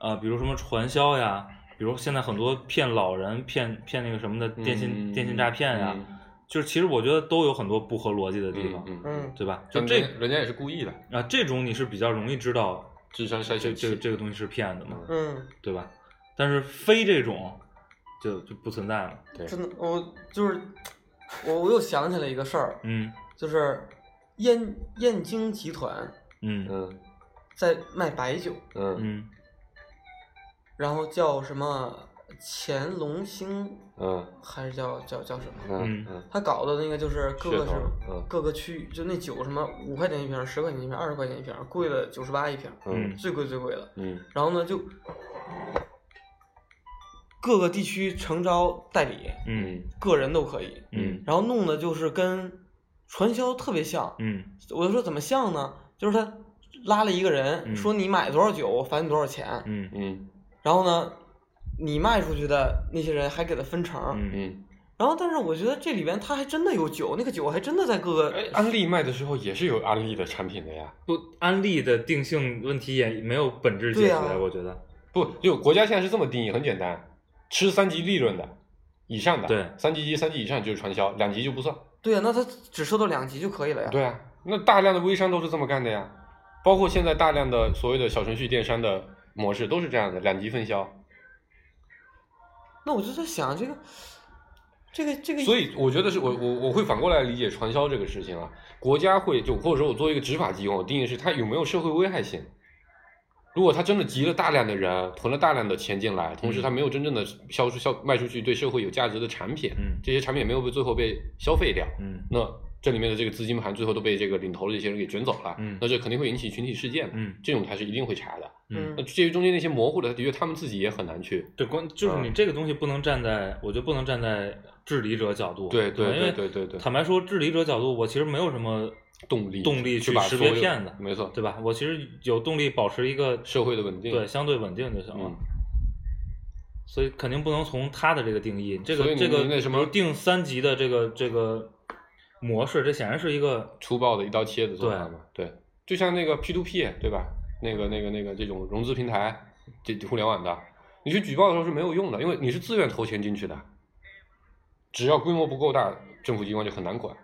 Speaker 5: 呃，比如什么传销呀，比如现在很多骗老人、骗骗那个什么的电信、
Speaker 4: 嗯
Speaker 5: 电信诈骗呀，
Speaker 4: 嗯
Speaker 5: 就是其实我觉得都有很多不合逻辑的地
Speaker 4: 嗯
Speaker 5: 方，
Speaker 4: 嗯嗯，
Speaker 2: 嗯，
Speaker 5: 对吧？就
Speaker 4: 但
Speaker 5: 这
Speaker 4: 人家人家也是故意的，
Speaker 5: 啊，这种你是比较容易知道
Speaker 4: 智商筛
Speaker 5: 这
Speaker 4: 选
Speaker 5: 这个
Speaker 4: 器。
Speaker 5: 这个东西是骗子嘛，
Speaker 4: 嗯
Speaker 2: 嗯，
Speaker 5: 对吧？但是非这种就就不存在了。
Speaker 4: 对，
Speaker 2: 真的，我就是我我又想起来一个事儿，
Speaker 5: 嗯
Speaker 2: 就是燕燕京集团
Speaker 5: 嗯
Speaker 4: 嗯
Speaker 2: 在卖白酒，
Speaker 4: 嗯
Speaker 5: 嗯
Speaker 2: 然后叫什么乾隆星
Speaker 4: 嗯
Speaker 2: 还是叫叫叫什么？
Speaker 4: 嗯嗯，
Speaker 2: 他搞的那个就是各个
Speaker 4: 噱头
Speaker 2: 什么
Speaker 4: 嗯
Speaker 2: 各个区域，就那酒什么五块钱一瓶、十块钱一瓶、二十块钱一瓶，贵的九十八一瓶，
Speaker 4: 嗯
Speaker 2: 最贵最贵的。
Speaker 4: 嗯
Speaker 2: 然后呢，就各个地区诚招代理，
Speaker 5: 嗯
Speaker 2: 个人都可以。
Speaker 5: 嗯
Speaker 2: 然后弄的就是跟传销特别像。
Speaker 5: 嗯
Speaker 2: 我就说怎么像呢？就是他拉了一个人，
Speaker 5: 嗯
Speaker 2: 说你买多少酒返你多少钱，
Speaker 5: 嗯
Speaker 4: 嗯
Speaker 2: 然后呢，你卖出去的那些人还给他分成。
Speaker 5: 嗯
Speaker 4: 嗯，
Speaker 2: 然后，但是我觉得这里边他还真的有酒，那个酒还真的在各
Speaker 4: 哎，
Speaker 2: 个。
Speaker 4: 安利卖的时候也是有安利的产品的呀。
Speaker 5: 不，安利的定性问题也没有本质解
Speaker 2: 对
Speaker 5: 决，
Speaker 2: 啊
Speaker 5: 我觉得。
Speaker 4: 不，就国家现在是这么定义，很简单，吃三级利润的以上的，
Speaker 5: 对
Speaker 4: 三级及三级以上就是传销，两级就不算。
Speaker 2: 对呀、那他只收到两级就可以了呀。
Speaker 4: 对啊，那大量的微商都是这么干的呀，包括现在大量的所谓的小程序电商的模式都是这样的，两级分销。
Speaker 2: 那我就在想这个，这个这个，
Speaker 4: 所以我觉得是我我我会反过来理解传销这个事情啊，国家会就或者说我作为一个执法机关，我定义是它有没有社会危害性。如果它真的集了大量的人，囤了大量的钱进来，同时它没有真正的销售销卖出去对社会有价值的产品，
Speaker 5: 嗯
Speaker 4: 这些产品也没有被最后被消费掉，
Speaker 5: 嗯
Speaker 4: 那这里面的这个资金盘最后都被这个领头的这些人给卷走了，
Speaker 5: 嗯
Speaker 4: 那这肯定会引起群体事件嘛，
Speaker 5: 嗯，
Speaker 4: 这种他是一定会查的。
Speaker 2: 嗯
Speaker 4: 那，至于中间那些模糊的，的确他们自己也很难去。
Speaker 5: 对，关就是
Speaker 4: 嗯
Speaker 5: 你这个东西不能站在，我觉得不能站在治理者角度。
Speaker 4: 对对
Speaker 5: 因为
Speaker 4: 对对对对
Speaker 5: 坦白说，治理者角度，我其实没有什么
Speaker 4: 动力
Speaker 5: 动力
Speaker 4: 去
Speaker 5: 去
Speaker 4: 把
Speaker 5: 识
Speaker 4: 所
Speaker 5: 别
Speaker 4: 有
Speaker 5: 骗子，
Speaker 4: 没错，
Speaker 5: 对吧？我其实有动力保持一个
Speaker 4: 社会的稳定。
Speaker 5: 对相对稳定就行了。
Speaker 4: 嗯，
Speaker 5: 所以肯定不能从他的这个定义，这
Speaker 4: 所以
Speaker 5: 个
Speaker 4: 你
Speaker 5: 这个
Speaker 4: 你那什么
Speaker 5: 比如定三级的这个这个模式，这显然是一个
Speaker 4: 粗暴的一刀切的做法嘛。对，就像那个 P to P 对吧？那个那个那个这种融资平台，这互联网的，你去举报的时候是没有用的，因为你是自愿投钱进去的。只要规模不够大，政府机关就很难管。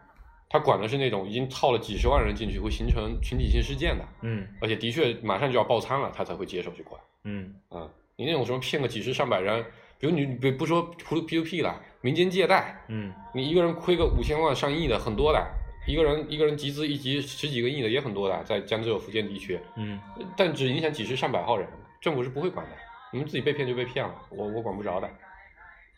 Speaker 4: 他管的是那种已经套了几十万人进去，会形成群体性事件的，
Speaker 5: 嗯
Speaker 4: 而且的确马上就要爆仓了，他才会接手去管。
Speaker 5: 嗯
Speaker 4: 啊，你那种什么骗个几十上百人，比如你你别不说 P P to P 了，民间借贷，
Speaker 5: 嗯
Speaker 4: 你一个人亏个五千万上亿的很多的，一个人一个人集资一集十几个亿的也很多的，在江浙福建地区，
Speaker 5: 嗯
Speaker 4: 但只影响几十上百号人，政府是不会管的，你们自己被骗就被骗了，我我管不着的，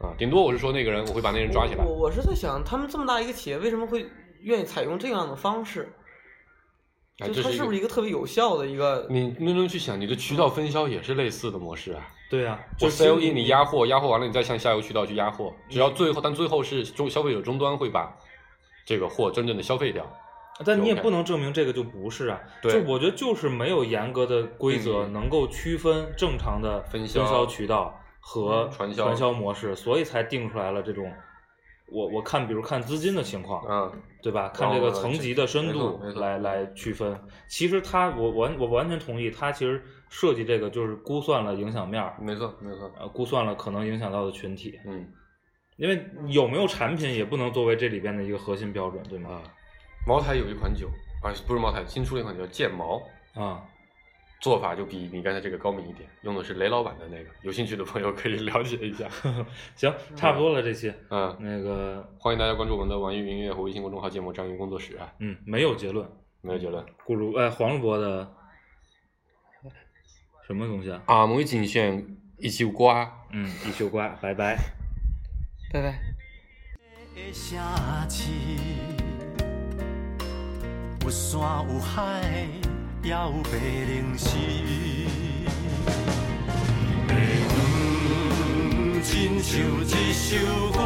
Speaker 4: 啊，顶多我是说那个人，我会把那人抓起来
Speaker 2: 我，我是在想，他们这么大一个企业，为什么会愿意采用这样的方式？
Speaker 4: 哎，
Speaker 2: 就
Speaker 4: 这
Speaker 2: 它是不
Speaker 4: 是
Speaker 2: 是一
Speaker 4: 一个。
Speaker 2: 个特别有效的一个？
Speaker 4: 你认真去想，你的渠道分销也是类似的模式啊。
Speaker 5: 对呀、
Speaker 4: 我
Speaker 5: 就是
Speaker 4: sell in 你嗯压货，压货完了你再向下游渠道去压货，只要最后，但最后是终消费者终端会把这个货真正的消费掉。
Speaker 5: 但你也
Speaker 4: OK
Speaker 5: 不能证明这个就不是啊。
Speaker 4: 对
Speaker 5: 就我觉得就是没有严格的规则
Speaker 4: 嗯
Speaker 5: 能够区分正常的
Speaker 4: 分销
Speaker 5: 销渠道和
Speaker 4: 传销
Speaker 5: 模式，所以才定出来了这种。我我看，比如看资金的情况，
Speaker 4: 嗯
Speaker 5: 对吧？看这个层级的深
Speaker 4: 没错
Speaker 5: 度
Speaker 4: 没错
Speaker 5: 来来区分。其实他，我完我完全同意，他其实设计这个就是估算了影响面儿，
Speaker 4: 没错没错，
Speaker 5: 呃，估算了可能影响到的群体，
Speaker 4: 嗯
Speaker 5: 因为有没有产品也不能作为这里边的一个核心标准，对吗？
Speaker 4: 啊，茅台有一款酒啊，不是茅台，新出了一款酒叫剑茅，
Speaker 5: 啊，
Speaker 4: 做法就比你刚才这个高明一点，用的是雷老板的那个，有兴趣的朋友可以 <laughs> 了解一下。
Speaker 5: 行，差不多了，这期
Speaker 4: 嗯，
Speaker 5: 那个，
Speaker 4: 欢迎大家关注我们的网易云音乐和微信公众号“芥末章鱼工作室”啊，
Speaker 5: 嗯，没有结论，
Speaker 4: 没有结论。
Speaker 5: 顾主呃黄主播的什么东西啊？
Speaker 4: 啊，梅景县一起瓜。
Speaker 5: 嗯，一休瓜，拜拜。
Speaker 2: 拜拜。
Speaker 7: 的城市，有山有海，也有白灵寺。嗯，亲像一首歌，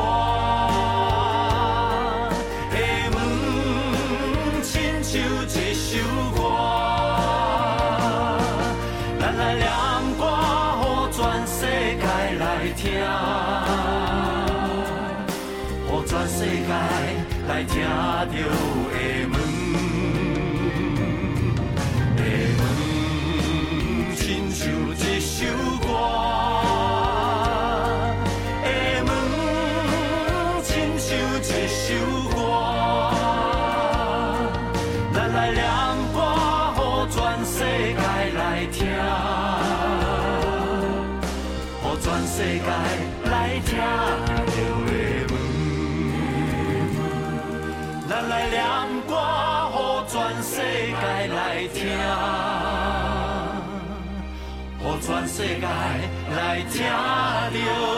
Speaker 7: 嗯，亲像一首歌，咱来念歌，予全世界来听。予全世界来听着的门，的门亲像一首歌，的门亲像一首歌，咱来念歌，予全世界来听，予全世界来听着的门。全世界来听着。